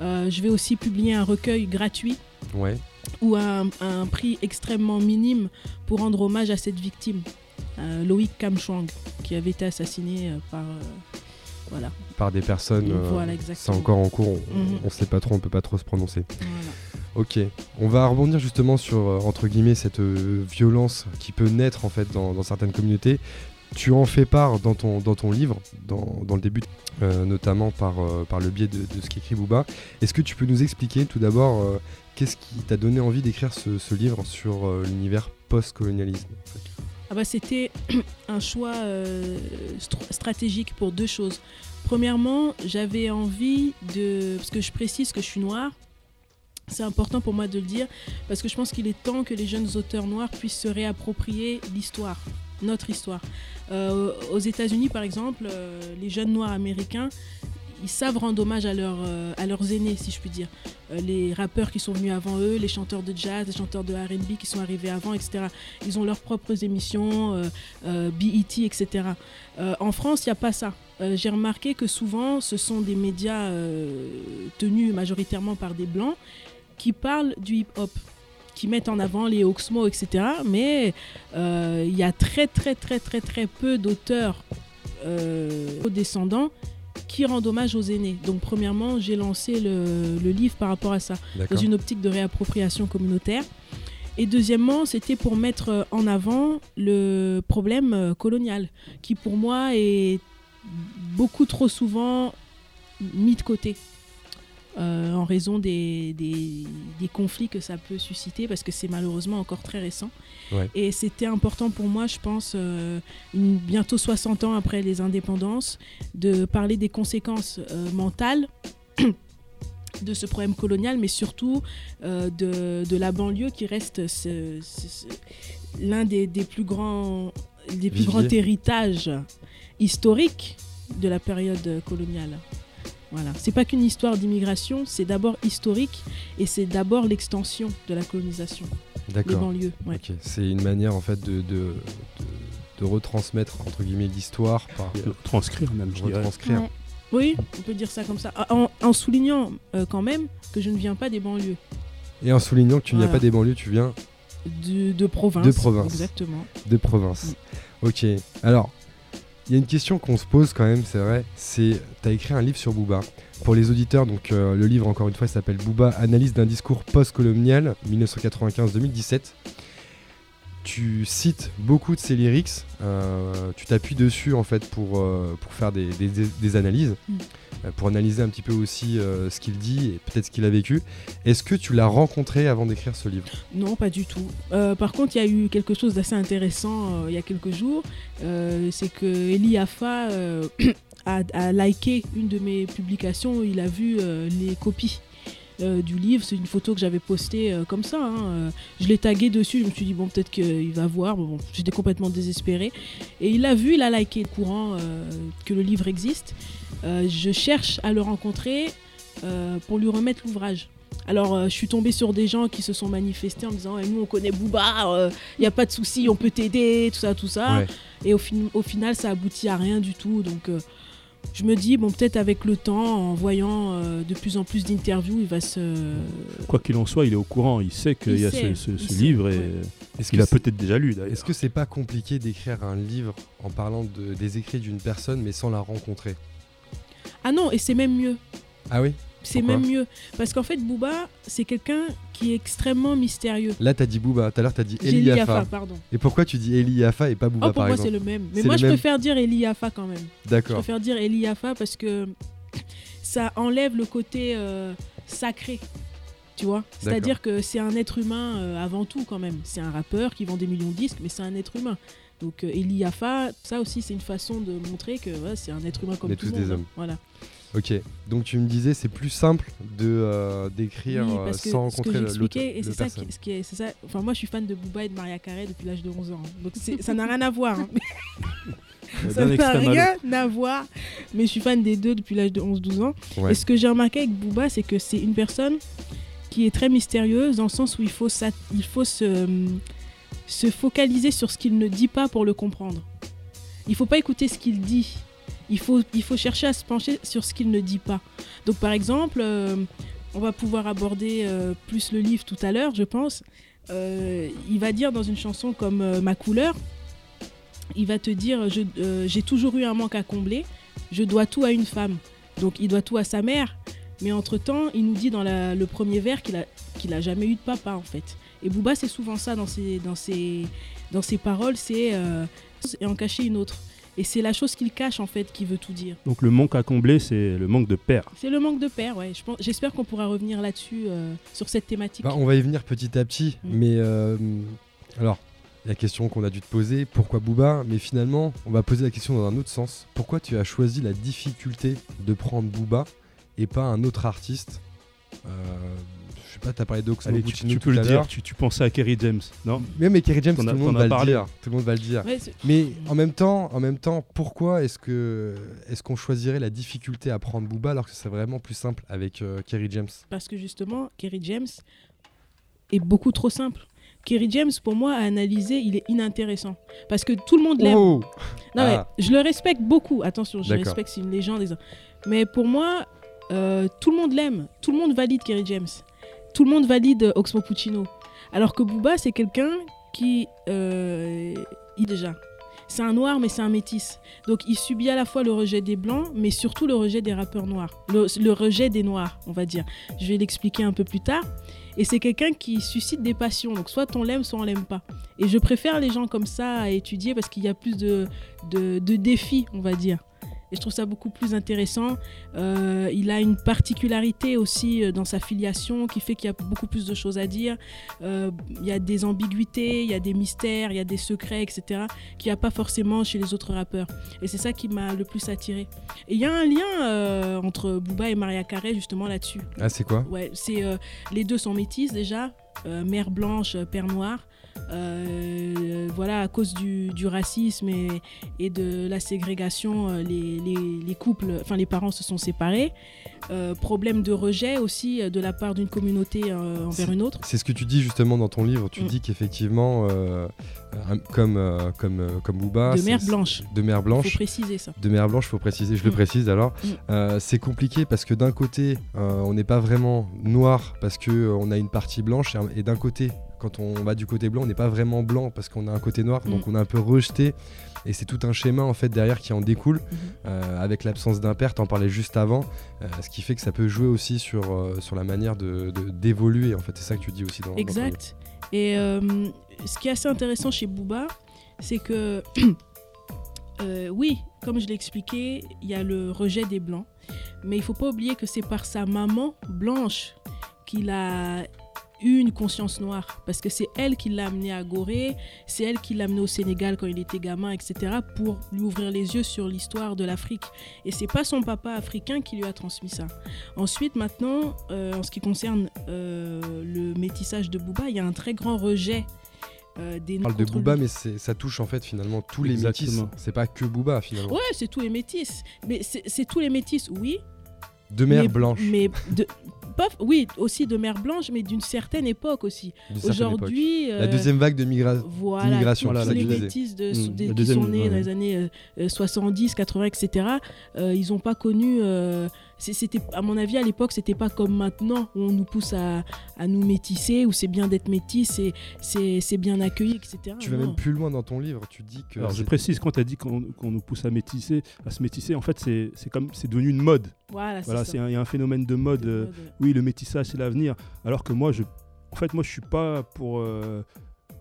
F: Euh, je vais aussi publier un recueil gratuit
A: Ouais.
F: ou un, un prix extrêmement minime pour rendre hommage à cette victime, euh, Loïc Kamchwang, qui avait été assassiné euh, par. euh, voilà.
A: Par des personnes. euh,
F: Voilà,
A: c'est
F: exactement.
A: encore en cours, on,
F: Mhm.
A: on sait pas trop, on peut pas trop se prononcer.
F: Voilà.
A: Ok, on va rebondir justement sur euh, entre guillemets cette euh, violence qui peut naître en fait dans, dans certaines communautés. Tu en fais part dans ton, dans ton livre, dans, dans le début, euh, notamment par, euh, par le biais de, de ce qu'écrit Bouba. Est-ce que tu peux nous expliquer tout d'abord euh, qu'est-ce qui t'a donné envie d'écrire ce, ce livre sur euh, l'univers post-colonialisme en fait
F: Ah bah, C'était [CLEARS THROAT] un choix euh, str- stratégique pour deux choses. Premièrement, j'avais envie de... Parce que je précise que je suis noire. C'est important pour moi de le dire parce que je pense qu'il est temps que les jeunes auteurs noirs puissent se réapproprier l'histoire, notre histoire. Euh, aux États-Unis, par exemple, euh, les jeunes noirs américains, ils savent rendre hommage à, leurs, euh, à leurs aînés, si je puis dire. Euh, les rappeurs qui sont venus avant eux, les chanteurs de jazz, les chanteurs de RB qui sont arrivés avant, etc. Ils ont leurs propres émissions, euh, euh, BET, etc. Euh, en France, il n'y a pas ça. Euh, J'ai remarqué que souvent, ce sont des médias euh, tenus majoritairement par des blancs qui parlent du hip-hop, qui mettent en avant les Oxmo, etc. Mais euh, il y a très, très, très, très, très peu d'auteurs euh, descendants qui rendent hommage aux aînés. Donc, premièrement, j'ai lancé le- le livre par rapport à ça dans
A: D'accord.
F: une optique de réappropriation communautaire. Et deuxièmement, c'était pour mettre euh, en avant le problème euh, colonial, qui pour moi est beaucoup trop souvent mis de côté. euh, en raison des, des- des conflits que ça peut susciter, parce que c'est malheureusement encore très récent.
A: Ouais.
F: Et c'était important pour moi, je pense, euh, une- bientôt 60 ans après les indépendances, de parler des conséquences euh, mentales [CLEARS THROAT] de ce problème colonial, mais surtout euh, de, de la banlieue qui reste ce- ce- ce- l'un des, des plus grands des plus
A: Vivier.
F: grands héritages historiques de la période coloniale. Voilà, c'est pas qu'une histoire d'immigration, c'est d'abord historique et c'est d'abord l'extension de la colonisation, les
A: D'accord.
F: banlieues. ouais.
A: Ok. C'est une manière en fait de, de, de, de retransmettre entre guillemets l'histoire par
G: Euh, Transcrire même, je dirais.
A: retranscrire.
B: Ouais.
F: Oui, on peut dire ça comme ça, en, en soulignant euh, quand même que je ne viens pas des banlieues,
A: Et en soulignant que tu n'y viens
F: Voilà.
A: pas des banlieues, tu viens
F: de, de province.
A: De province.
F: Exactement.
A: de province. Ok. Alors, il y a une question qu'on se pose quand même, c'est vrai. C'est, t'as écrit un livre sur Booba. Pour les auditeurs, donc euh, le livre encore une fois s'appelle Booba, analyse d'un discours post-colonial 1995-2017. Tu- tu cites beaucoup de ces lyrics, euh, tu t'appuies dessus en fait pour, euh, pour faire des, des- des- des analyses,
F: Mm.
A: euh, pour analyser un petit peu aussi euh, ce qu'il dit et peut-être ce qu'il a vécu. Est-ce que tu l'as rencontré avant d'écrire ce livre
F: Non, pas du tout. Euh, par contre, il y a eu quelque chose d'assez intéressant euh, il y a quelques jours. Euh, c'est que Eli Afa euh, [CLEARS THROAT] a, a liké une de mes publications. où Il a vu euh, les copies. euh, du livre, c'est une photo que j'avais postée euh, comme ça. hein. Euh, je l'ai tagué dessus, je me suis dit, bon, peut-être qu'il va voir. Bon, bon, J'étais complètement désespérée. Et il a vu, il a liké, courant euh, que le livre existe. Euh, je cherche à le rencontrer euh, pour lui remettre l'ouvrage. Alors, euh, je suis tombée sur des gens qui se sont manifestés en me disant Eh, Nous, on connaît Booba, il n'y a pas de souci, on peut t'aider, tout ça, tout ça.
A: Ouais.
F: Et au, fin- au final, ça aboutit à rien du tout. Donc, euh, je me dis Bon, peut-être avec le temps, en voyant euh, de plus en plus d'interviews, il va se.
G: Quoi qu'il en soit, il est au courant, il sait qu'il
F: Il
G: y a
F: sait,
G: ce, ce-
F: il
G: ce
F: sait,
G: livre et euh,
F: ouais.
A: Est-ce
G: qu'il a
A: c'est-
G: peut-être déjà lu d'ailleurs.
A: Est-ce que c'est pas compliqué d'écrire un livre en parlant de- des écrits d'une personne mais sans la rencontrer
F: Ah non, et c'est même mieux.
A: Ah oui
F: C'est
A: Pourquoi
F: même mieux. Parce qu'en fait, Booba, c'est quelqu'un qui est extrêmement mystérieux.
A: Là, t'as dit Booba, tout à l'heure, t'as dit
F: J'ai Eliafa,
A: Eliafa.
F: pardon.
A: Et pourquoi tu dis Eliafa et pas Booba
F: Oh, pour
A: par
F: moi, c'est
A: exemple
F: le même. Mais
A: C'est
F: moi,
A: le
F: je
A: même.
F: préfère dire Eliafa quand même. Je
A: D'accord.
F: préfère dire Eliafa parce que ça enlève le côté euh, sacré. Tu vois C'est-à-dire que c'est un être humain euh, avant tout, quand même. C'est un rappeur qui vend des millions de disques, mais c'est un être humain. Donc, euh, Eliafa, ça aussi, c'est une façon de montrer que ouais, c'est un être humain comme
A: On est
F: tout le
A: tous des
F: monde.
A: hommes.
F: Voilà.
A: Ok. Donc tu me disais c'est plus simple de euh, d'écrire
F: Oui,
A: euh,
F: parce que
A: sans
F: ce que
A: rencontrer l'autre
F: j'expliquais, et
A: le
F: c'est ça,
A: personne.
F: qui, ce qui est, c'est ça. Enfin, moi, je suis fan de Booba et de Maria Carey depuis l'âge de 11 ans. hein. Donc, c'est- ça n'a rien à voir. hein. ça n'a rien à voir. Mais je suis fan des deux depuis l'âge de 11-12 ans.
A: Ouais.
F: Et ce que j'ai remarqué avec Booba, c'est que c'est une personne qui est très mystérieuse dans le sens où il faut, s'at- il faut se, euh, se focaliser sur ce qu'il ne dit pas pour le comprendre. Il faut pas écouter ce qu'il dit. Il faut, il faut chercher à se pencher sur ce qu'il ne dit pas. Donc par exemple, euh, on va pouvoir aborder euh, plus le livre tout à l'heure, je pense. Euh, il va dire dans une chanson comme euh, Ma couleur, il va te dire Je- euh, J'ai toujours eu un manque à combler, je dois tout à une femme. Donc il doit tout à sa mère. Mais entre-temps, il nous dit dans la- le premier vers qu'il a, qu'il a jamais eu de papa, en fait. Et Booba, c'est souvent ça dans ses, dans ses, dans ses paroles, c'est euh, et en cacher une autre. Et c'est la chose qu'il cache, en fait, qui veut tout dire.
G: Donc le manque à combler, c'est le manque de père.
F: C'est le manque de père, ouais. Je pense- J'espère qu'on pourra revenir là-dessus, euh, sur cette thématique.
A: Bah, on va y venir petit à petit,
F: Mm.
A: mais euh, alors la question qu'on a dû te poser, pourquoi Booba Mais finalement, on va poser la question dans un autre sens. Pourquoi tu as choisi la difficulté de prendre Booba et pas un autre artiste Euh, Je sais pas, t'as parlé d'Oxmo
G: Allez, tu,
A: Puccino
G: tu
A: tout
G: peux le
A: à
G: dire,
A: l'heure.
G: tu, tu pensais à Kerry James, non
A: Mais, mais Kerry James, tout
G: T'en as-
A: le monde
G: t'en as
A: va le
G: parlé.
A: dire. Tout le monde va le dire.
F: Ouais, c'est-
A: Mais en même temps, en même temps, pourquoi est-ce que est-ce qu'on choisirait la difficulté à prendre Booba alors que c'est vraiment plus simple avec euh, Kerry James
F: parce que justement, Kerry James est beaucoup trop simple. Kerry James, pour moi, à analyser, il est inintéressant. Parce que tout le monde l'aime.
A: Oh
F: Non,
A: Ah.
F: mais je le respecte beaucoup. Attention, je
A: D'accord.
F: respecte, c'est une légende. et ça. Mais pour moi, euh, tout le monde l'aime. Tout le monde valide Kerry James. Tout le monde valide euh, Oxmo Puccino. Alors que Booba, c'est quelqu'un qui. euh, il déjà. C'est un noir, mais c'est un métis. Donc il subit à la fois le rejet des blancs, mais surtout le rejet des rappeurs noirs. Le, le rejet des noirs, on va dire. Je vais l'expliquer un peu plus tard. Et c'est quelqu'un qui suscite des passions. Donc soit on l'aime, soit on l'aime pas. Et je préfère les gens comme ça à étudier parce qu'il y a plus de, de, de défis, on va dire. Et je trouve ça beaucoup plus intéressant. Euh, il a une particularité aussi euh, dans sa filiation qui fait qu'il y a beaucoup plus de choses à dire. Euh, il y a des ambiguïtés, il y a des mystères, il y a des secrets, etc. qu'il n'y a pas forcément chez les autres rappeurs. Et c'est ça qui m'a le plus attiré. Et il y a un lien euh, entre Booba et Maria Carey justement là-dessus.
A: Ah c'est quoi
F: Ouais, c'est euh, les deux sont métis déjà, euh, mère blanche, euh, père noir. Euh, voilà, à cause du, du racisme et, et de la ségrégation, euh, les, les- les couples, enfin les parents se sont séparés. Euh, problème de rejet aussi euh, de la part d'une communauté euh, envers une autre.
A: C'est ce que tu dis justement dans ton livre. Tu
F: Mm.
A: dis qu'effectivement, euh, un- comme euh, comme euh, comme Booba,
F: De
A: c'est-
F: mère
A: c'est-
F: blanche.
A: de mer
F: Il faut
A: blanche.
F: préciser ça.
A: De mer blanche, faut préciser. Je le
F: Mm.
A: précise alors.
F: Mm.
A: Euh, c'est compliqué parce que d'un côté, euh, on n'est pas vraiment noir parce que euh, on a une partie blanche et- et d'un côté, quand on va du côté blanc, on n'est pas vraiment blanc parce qu'on a un côté noir, donc
F: Mm.
A: on est un peu rejeté. Et c'est tout un schéma en fait derrière qui en découle,
F: Mm-hmm.
A: euh, avec l'absence d'un père, t'en parlais juste avant, euh, ce qui fait que ça peut jouer aussi sur, euh, sur la manière de de- d'évoluer en fait. C'est ça que tu dis aussi dans dans ton livre.
F: Exact. Et euh, ce qui est assez intéressant chez Booba, c'est que, [CLEARS THROAT] euh, oui, comme je l'ai expliqué, il y a le rejet des Blancs. Mais il ne faut pas oublier que c'est par sa maman blanche qu'il a eu une conscience noire. Parce que c'est elle qui l'a amené à Gorée, c'est elle qui l'a amené au Sénégal quand il était gamin, etc. pour lui ouvrir les yeux sur l'histoire de l'Afrique. Et c'est pas son papa africain qui lui a transmis ça. Ensuite, maintenant, euh, en ce qui concerne euh, le métissage de Booba, il y a un très grand rejet euh, des
A: On parle de
F: contre
A: Booba,
F: lui.
A: mais c'est- ça touche en fait finalement tous les
G: Exactement.
A: métis. C'est pas que Booba finalement.
F: Ouais, c'est tous les métis. Mais c'est c'est tous les métis, oui.
A: De mère
F: mais-
A: blanche.
F: Mais de, pas- oui, aussi de mère blanche, mais d'une certaine époque aussi.
A: d'une certaine époque.
F: Aujourd'hui.
A: La
F: euh,
A: deuxième vague de migration.
F: Voilà,
A: d'immigration,
F: tous
A: voilà,
F: tous
A: la
F: les
A: deuxième.
F: métis de,
G: Mm,
F: sou- des-
G: la
F: qui
G: deuxième,
F: sont nés
G: ouais.
F: dans les années euh, euh, 70, 80, etc., euh, ils n'ont pas connu. euh, c'est- c'était, à mon avis, à l'époque, c'était pas comme maintenant où on nous pousse à, à nous métisser, où c'est bien d'être métis, c'est, c'est, c'est bien accueilli, etc.
A: Tu vas
F: Non.
A: même plus loin dans ton livre. Tu dis que.
G: Alors je
A: c'est-
G: précise, quand tu as dit qu'on qu'on nous pousse à, métisser, à se métisser, en fait c'est c'est comme c'est devenu une mode.
F: Voilà, c'est
G: Voilà,
F: ça.
G: c'est un- il y a un phénomène de mode. euh, oui, le métissage, c'est l'avenir. Alors que moi, je, en fait, moi, je suis pas pour. euh,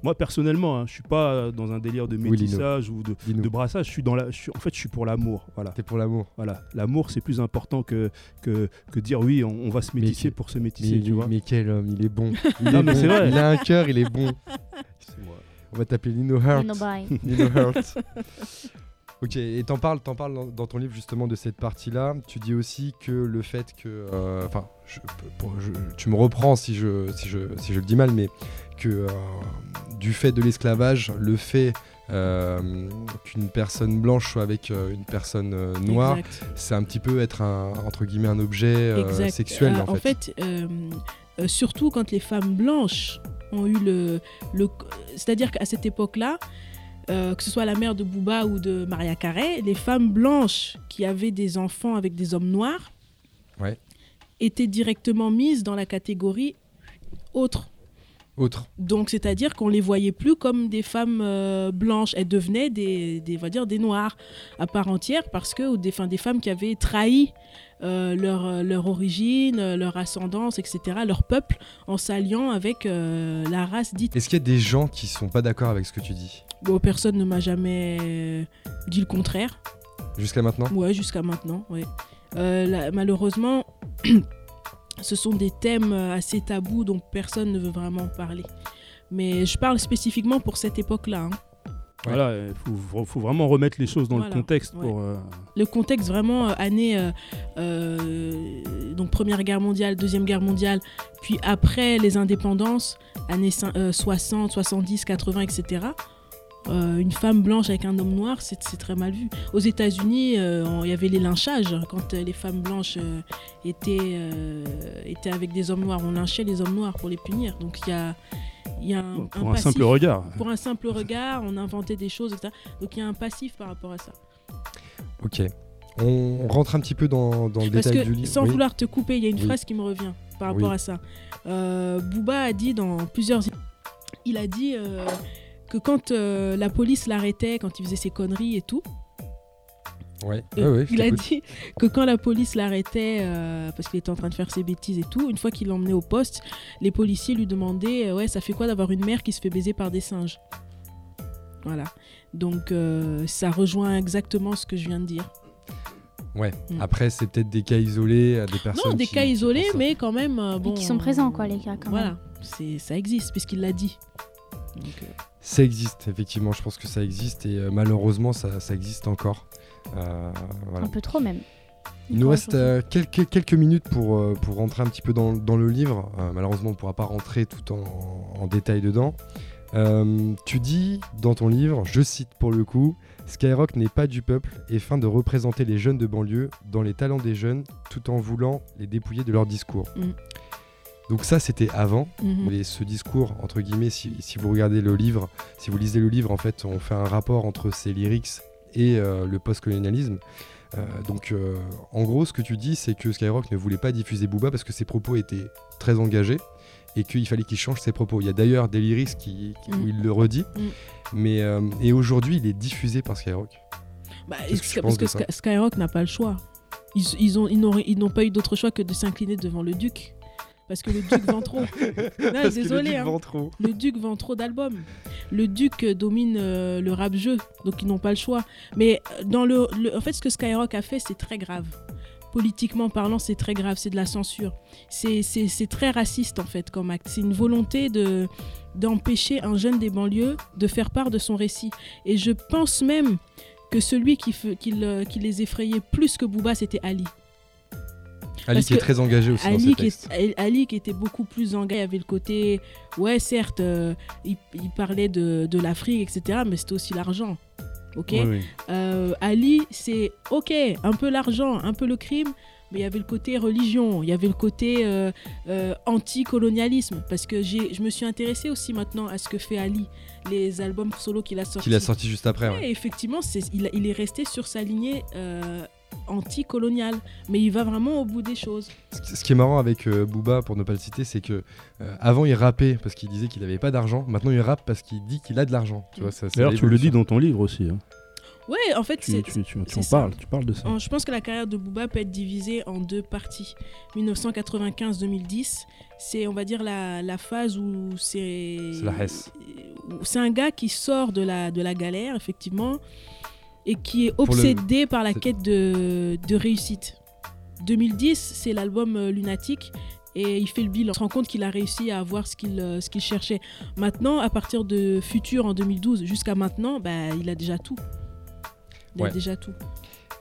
G: moi, personnellement, hein, je suis pas dans un délire de
A: Oui, Lino.
G: métissage ou de,
A: Dis-nous.
G: de brassage. Je suis dans la, je suis- en fait, je suis pour l'amour. Voilà.
A: T'es pour l'amour.
G: Voilà, l'amour c'est plus important que, que, que dire oui, on, on va se métisser
A: que-
G: pour se métisser,
A: Mais,
G: tu vois.
A: mais quel homme, il est
F: [LAUGHS]
A: bon. Il
G: Non,
A: est
G: mais
A: bon.
G: c'est vrai.
A: Il a un cœur, il est bon. On va t'appeler Lino Hurt.
B: Lino Bye.
A: Lino
F: [LAUGHS]
A: Hurt. Ok, et t'en parles, t'en parles dans, dans ton livre justement de cette partie-là. Tu dis aussi que le fait que, euh, enfin, je- pour- je- tu me reprends si je, si je, si je le dis mal, mais que euh, du fait de l'esclavage, le fait euh, qu'une personne blanche soit avec euh, une personne euh, noire,
F: Exact.
A: c'est un petit peu être un, entre guillemets un objet euh,
F: Exact.
A: sexuel
F: Euh,
A: en, fait.
F: euh, euh, surtout quand les femmes blanches ont eu le. le C'est-à-dire qu'à cette époque-là, euh, que ce soit la mère de Booba ou de Maria Carey, les femmes blanches qui avaient des enfants avec des hommes noirs
A: Ouais.
F: étaient directement mises dans la catégorie autre.
A: Autre.
F: Donc, c'est-à-dire qu'on les voyait plus comme des femmes euh, blanches. Elles devenaient des, des, on va dire, des noirs à part entière parce que, ou des, enfin, des femmes qui avaient trahi euh, leur, euh, leur origine, euh, leur ascendance, etc., leur peuple, en s'alliant avec euh, la race dite.
A: Est-ce qu'il y a des gens qui sont pas d'accord avec ce que tu dis
F: Bon, personne ne m'a jamais euh, dit le contraire.
A: jusqu'à maintenant
F: Ouais, jusqu'à maintenant, ouais. Euh, là, malheureusement, [CLEARS THROAT] ce sont des thèmes euh, assez tabous dont personne ne veut vraiment parler. Mais je parle spécifiquement pour cette époque-là. hein.
G: Voilà, il faut, faut vraiment remettre les choses dans
F: Voilà,
G: le contexte
F: ouais.
G: pour. euh,
F: Le contexte vraiment euh, année, euh, euh, donc Première Guerre mondiale, Deuxième Guerre mondiale, puis après les indépendances, années cin- euh, 60, 70, 80, etc. Euh, une femme blanche avec un homme noir, c'est c'est très mal vu. Aux États-Unis, euh, on- il y avait les lynchages. Quand euh, les femmes blanches euh, étaient, euh, étaient avec des hommes noirs, on lynchait les hommes noirs pour les punir. Donc il y a, il y a un,
G: pour un,
F: passif.
G: simple regard.
F: Pour un simple regard, on inventait des choses, etc. Donc il y a un passif par rapport à ça.
A: Ok. On, on rentre un petit peu dans, dans le
F: Parce
A: détail
F: que
A: du livre.
F: sans
A: Oui.
F: vouloir te couper, il y a une
A: Oui.
F: phrase qui me revient par
A: Oui.
F: rapport à ça. Euh, Booba a dit dans plusieurs... Il a dit euh, que quand euh, la police l'arrêtait, quand il faisait ses conneries et tout,
A: Ouais. Ah
F: euh,
A: ouais, ouais, je
F: il a
A: t'écoute.
F: dit que quand la police l'arrêtait euh, parce qu'il était en train de faire ses bêtises et tout, une fois qu'il l'emmenait au poste, les policiers lui demandaient euh, ouais ça fait quoi d'avoir une mère qui se fait baiser par des singes. Voilà. Donc euh, ça rejoint exactement ce que je viens de dire.
A: Ouais.
F: Mm.
A: Après, c'est peut-être des cas isolés, euh, des personnes.
F: Non, des
A: qui-
F: cas
A: qui
F: isolés,
A: font ça.
F: mais quand même euh, bon.
B: Mais qui sont présents, quoi, les gars, quand même.
F: Voilà, c'est ça existe puisqu'il l'a dit. Donc, euh,
A: Ça existe, effectivement. Je pense que ça existe et euh, malheureusement, ça, ça existe encore. Euh, voilà.
B: Un peu trop, même.
A: Il nous
B: Ouais,
A: reste
B: je
A: euh, quelques, quelques minutes pour, euh, pour rentrer un petit peu dans, dans le livre. Euh, malheureusement, on ne pourra pas rentrer tout en, en détail dedans. Euh, tu dis dans ton livre, je cite pour le coup, Skyrock n'est pas du peuple et fin de représenter les jeunes de banlieue dans les talents des jeunes tout en voulant les dépouiller de leur discours.
F: Mm.
A: Donc ça c'était avant,
F: mhm.
A: mais ce discours, entre guillemets, si, si vous regardez le livre, si vous lisez le livre, en fait, on fait un rapport entre ces lyrics et euh, le postcolonialisme. Euh, donc, euh, en gros, ce que tu dis, c'est que Skyrock ne voulait pas diffuser Booba parce que ses propos étaient très engagés et qu'il fallait qu'il change ses propos. Il y a d'ailleurs des lyrics qui, qui- où
F: Mm.
A: il le redit,
F: Mm.
A: mais euh, et aujourd'hui, il est diffusé par Skyrock.
F: Bah,
A: Qu'est-ce que
F: Sky-
A: tu penses
F: parce
A: de ça
F: que Sky- Skyrock n'a pas le choix. Ils, ils ont- ils n'ont ils n'ont pas eu d'autre choix que de s'incliner devant le duc. Parce que le Duc
A: [LAUGHS]
F: Ventreau. non,
A: Parce que
F: désolé.
A: le duc
F: hein.
A: Ventreau.
F: le Duc vend trop d'albums. Le Duc euh, domine euh, le rap jeu, donc ils n'ont pas le choix. Mais euh, dans le, le- en fait, ce que Skyrock a fait, c'est très grave. Politiquement parlant, c'est très grave, c'est de la censure. C'est- C'est c'est très raciste en fait comme acte. C'est une volonté de d'empêcher un jeune des banlieues de faire part de son récit. Et je pense même que celui qui, fe- qui le- qui les effrayait plus que Booba, c'était Ali.
A: Ali
F: Parce
A: qui est
F: que
A: très engagé aussi dans
F: Ali
A: ses
F: qui,
A: textes.
F: est- Ali qui était beaucoup plus engagé, avait le côté, ouais certes, euh, il, il parlait de, de l'Afrique, etc., mais c'était aussi l'argent. Ok
G: Oui, oui.
F: Euh, Ali, c'est ok, un peu l'argent, un peu le crime, mais il y avait le côté religion, il y avait le côté euh, euh, anticolonialisme, parce que j'ai- je me suis intéressée aussi maintenant à ce que fait Ali, les albums solo qu'il a sortis.
A: Qu'il a sorti juste après. ouais.
F: Ouais, effectivement, c'est, il, il est resté sur sa lignée euh, anticoloniale, mais il va vraiment au bout des choses.
A: Ce ce qui est marrant avec euh, Booba, pour ne pas le citer, c'est que euh, avant il rappait parce qu'il disait qu'il n'avait pas d'argent. Maintenant il rappe parce qu'il dit qu'il a de l'argent. Tu vois, ça, c'est
G: D'ailleurs, tu le
A: l'évolution.
G: dis dans ton livre aussi. hein.
F: Ouais, en fait,
G: Tu,
F: c'est-
G: tu- tu- tu
F: c'est
G: en
F: ça.
G: parles, tu parles de ça.
F: en- je pense que la carrière de Booba peut être divisée en deux parties. 1995-2010, c'est, on va dire, la, la phase où c'est.
A: C'est la Hesse.
F: où C'est un gars qui sort de la, de la galère, effectivement, et qui est
A: le-
F: obsédé par la
A: c'est-
F: quête de, de réussite. 2010, c'est l'album euh, Lunatique. Et il fait le bilan. On se rend compte qu'il a réussi à avoir ce qu'il euh, ce qu'il cherchait. Maintenant, à partir de Futur en 2012 jusqu'à maintenant, bah, il a déjà tout. Il
A: Ouais.
F: a déjà tout.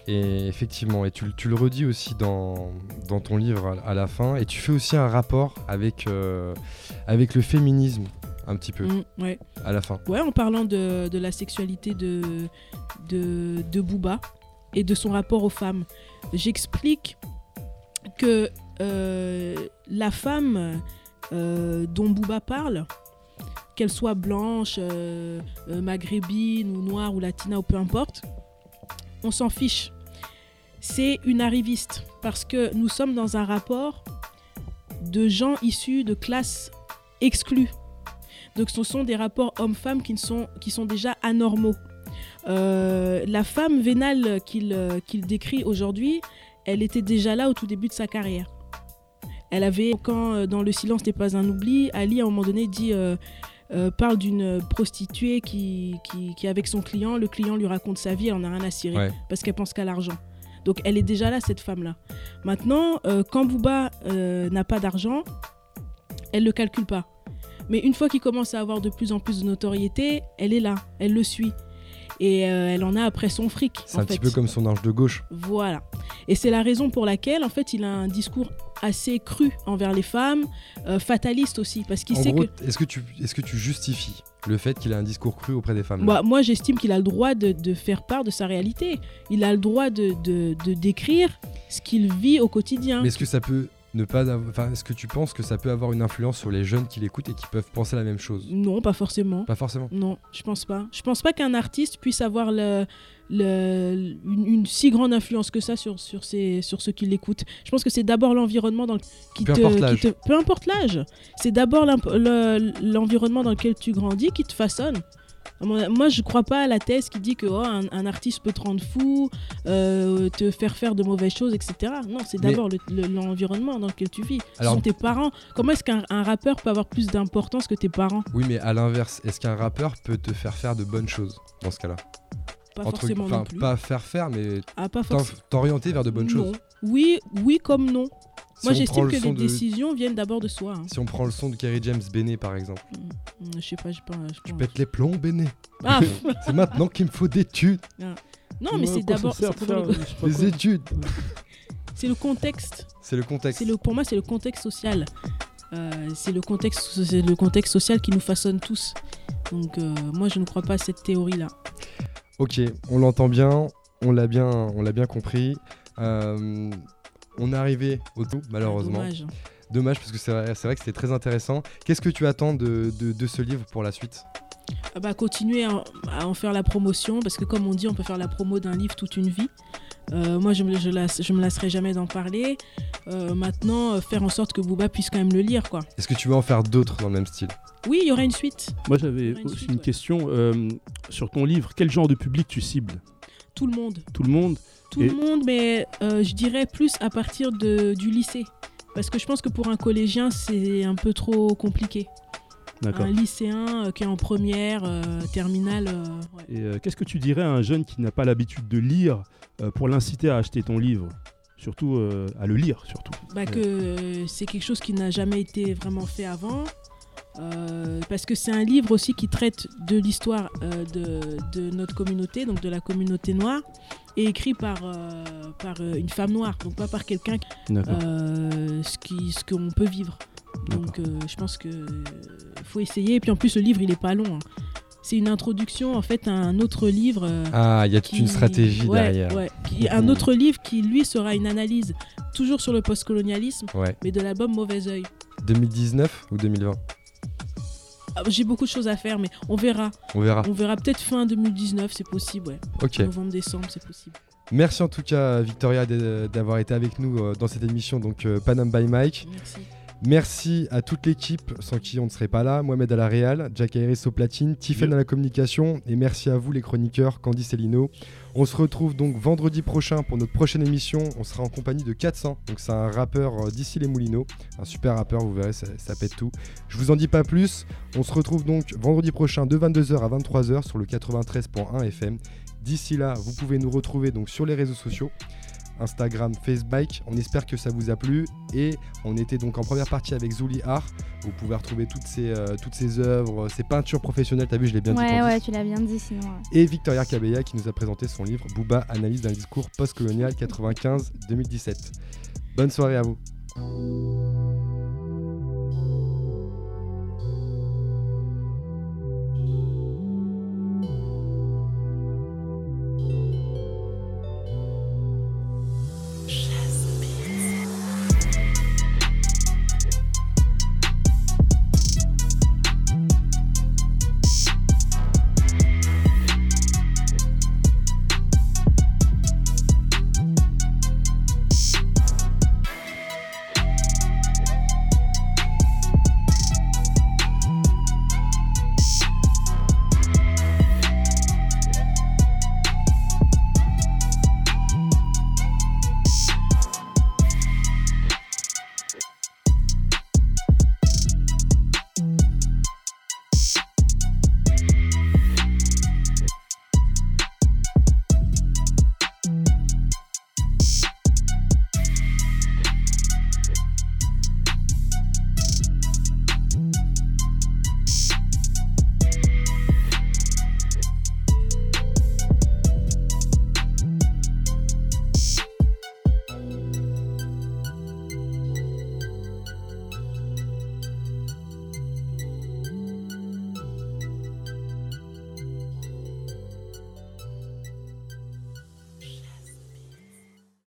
A: Et effectivement, et tu, le- tu le redis aussi dans, dans ton livre à, à la fin, et tu fais aussi un rapport avec, euh, avec le féminisme, un petit peu,
F: Mm, ouais.
A: à la fin.
F: Ouais, en parlant de, de la sexualité de, de, de Booba et de son rapport aux femmes, j'explique que euh, la femme euh, dont Booba parle, qu'elle soit blanche, euh, euh, maghrébine ou noire ou latina ou peu importe, on s'en fiche. C'est une arriviste parce que nous sommes dans un rapport de gens issus de classes exclues. Donc ce sont des rapports hommes-femmes qui, ne sont, qui sont déjà anormaux. Euh, la femme vénale qu'il euh, qu'il décrit aujourd'hui, elle était déjà là au tout début de sa carrière. Elle avait, quand euh, dans Le silence n'est pas un oubli, Ali à un moment donné dit, euh, euh, parle d'une prostituée qui, qui, qui est avec son client, le client lui raconte sa vie, elle en a rien à cirer,
A: Ouais.
F: parce qu'elle pense qu'à l'argent. Donc elle est déjà là, cette femme-là. Maintenant, euh, quand Booba euh, n'a pas d'argent, elle le calcule pas. Mais une fois qu'il commence à avoir de plus en plus de notoriété, elle est là, elle le suit. Et euh, elle en a après son fric.
A: C'est
F: en
A: un petit
F: fait.
A: peu comme son ange de gauche.
F: Voilà. Et c'est la raison pour laquelle, en fait, il a un discours assez cru envers les femmes, euh, fataliste aussi, parce qu'il
A: En
F: sait
A: gros,
F: que.
A: est-ce que, tu- est-ce que tu justifies le fait qu'il a un discours cru auprès des femmes
F: Moi, moi, j'estime qu'il a le droit de, de faire part de sa réalité. Il a le droit de, de- de décrire ce qu'il vit au quotidien.
A: Mais est-ce que ça peut ne pas avoir- enfin, est-ce que tu penses que ça peut avoir une influence sur les jeunes qui l'écoutent et qui peuvent penser la même chose
F: Non, pas forcément.
A: Pas forcément.
F: Non, je pense pas. Je pense pas qu'un artiste puisse avoir le, le- une, une si grande influence que ça sur, sur, ses, sur ceux qui l'écoutent. Je pense que c'est d'abord l'environnement dans le, qui,
A: Peu
F: te,
A: importe
F: qui
A: l'âge.
F: te- Peu importe l'âge. C'est d'abord l'imp- le- l'environnement dans lequel tu grandis qui te façonne. À mon- Moi, je crois pas à la thèse qui dit que oh, un, un artiste peut te rendre fou, euh, te faire faire de mauvaises choses, etc. Non, c'est
A: Mais-
F: d'abord le- le- l'environnement dans lequel tu vis. Ce
A: Alors-
F: sont tes parents. Comment est-ce qu'un un rappeur peut avoir plus d'importance que tes parents
A: Oui, mais à l'inverse, est-ce qu'un rappeur peut te faire faire de bonnes choses dans ce cas-là
F: Pas
A: Entre-
F: forcément
A: enfin,
F: non plus.
A: Pas faire faire, mais
F: Ah, pas
A: t'en-
F: forcément.
A: t'orienter vers de bonnes
F: Non.
A: choses.
F: Oui, oui comme non.
A: Si
F: Moi,
A: on prend
F: j'estime
A: le
F: que
A: son
F: les
A: de-
F: décisions viennent d'abord de soi. hein.
A: Si on prend le son de Kerry James Bene par exemple,
F: Mm, Je sais pas, j'ai pas. j'ai
A: tu
F: pas-
A: pètes les plombs Bene.
F: Ah,
A: [LAUGHS] C'est maintenant qu'il me faut des études,
F: non, mais
G: Ouais,
F: c'est
G: quoi, ça
F: d'abord.
G: sert de
F: C'est pour
G: faire,
F: le-
G: je sais pas
A: des
G: quoi.
A: études.
F: c'est le contexte.
A: C'est le contexte.
F: C'est le, pour moi, c'est le contexte social. Euh, c'est le contexte, c'est le contexte social qui nous façonne tous. Donc, euh, moi, je ne crois pas à cette théorie-là.
A: Ok, on l'entend bien, on l'a bien, on l'a bien compris. Euh, on est arrivé au tout, malheureusement. Dommage,
F: Dommage.
A: parce que c'est vrai, c'est vrai que c'était très intéressant. Qu'est-ce que tu attends de, de- de ce livre pour la suite
F: Ah bah, continuer à, à en faire la promotion parce que comme on dit on peut faire la promo d'un livre toute une vie Euh, moi je me, je, lasse- je me lasserai jamais d'en parler Euh, maintenant euh, faire en sorte que Booba puisse quand même le lire quoi
A: Est-ce que tu veux en faire d'autres dans le même style
F: oui il y aura une suite
G: Moi, j'avais
F: Ouais, une
G: aussi
F: suite,
G: une
F: ouais.
G: question euh, sur ton livre. Quel genre de public tu cibles
F: tout le monde
G: Tout le monde
F: tout
G: Et-
F: le monde mais euh, je dirais plus à partir de, du lycée Parce que je pense que pour un collégien, c'est un peu trop compliqué.
G: D'accord.
F: Un lycéen euh, qui est en première, euh, terminale. euh, ouais.
G: Et euh, qu'est-ce que tu dirais à un jeune qui n'a pas l'habitude de lire euh, pour l'inciter à acheter ton livre Surtout euh, à le lire, surtout.
F: bah, que euh, c'est quelque chose qui n'a jamais été vraiment fait avant. euh, parce que c'est un livre aussi qui traite de l'histoire euh, de, de notre communauté, donc de la communauté noire, et écrit par, euh, par euh, une femme noire, donc pas par quelqu'un qui-
G: D'accord.
F: euh, ce qui- ce qu'on peut vivre.
G: D'accord.
F: Donc euh, je pense que euh, faut essayer. Et puis en plus le livre il est pas long. hein. C'est une introduction en fait à un autre livre. euh,
A: Ah, il y a toute
F: qui-
A: une stratégie
F: ouais,
A: derrière.
F: ouais. Qui- un
A: Mhm.
F: autre livre qui, lui, sera une analyse, toujours sur le postcolonialisme,
A: Ouais.
F: mais de l'album Mauvais Oeil.
A: 2019 ou 2020
F: Ah, J'ai beaucoup de choses à faire, mais on verra.
A: On verra.
F: On verra peut-être fin 2019, c'est possible, ouais.
A: Ah. Ok.
F: Novembre-décembre, c'est possible.
A: Merci en tout cas, Victoria, d'e- d'avoir été avec nous euh, dans cette émission, donc euh, Panam by Mike.
F: Merci.
A: Merci à toute l'équipe sans qui on ne serait pas là. Mohamed à la Real, Jack Ayres au platine, Tiffen
C: Yo.
A: à la communication et merci à vous les chroniqueurs Candice et Lino. On se retrouve donc vendredi prochain pour notre prochaine émission. On sera en compagnie de 400, donc c'est un rappeur euh, d'ici les Moulineaux, un super rappeur, vous verrez, ça, ça pète tout. Je vous en dis pas plus. On se retrouve donc vendredi prochain de 22h à 23h sur le 93.1 FM. D'ici là, vous pouvez nous retrouver donc sur les réseaux sociaux. Instagram, Facebook, on espère que ça vous a plu et on était donc en première partie avec Zouli Art. Vous pouvez retrouver toutes ses, euh, toutes ses œuvres, ses peintures professionnelles. T'as vu, je l'ai bien dit.
B: Ouais,
A: Candice.
B: ouais, tu l'as bien dit sinon. euh. ouais.
A: Et Victoria Cabella qui nous a présenté son livre Booba, analyse d'un discours postcolonial 95-2017. Bonne soirée à vous.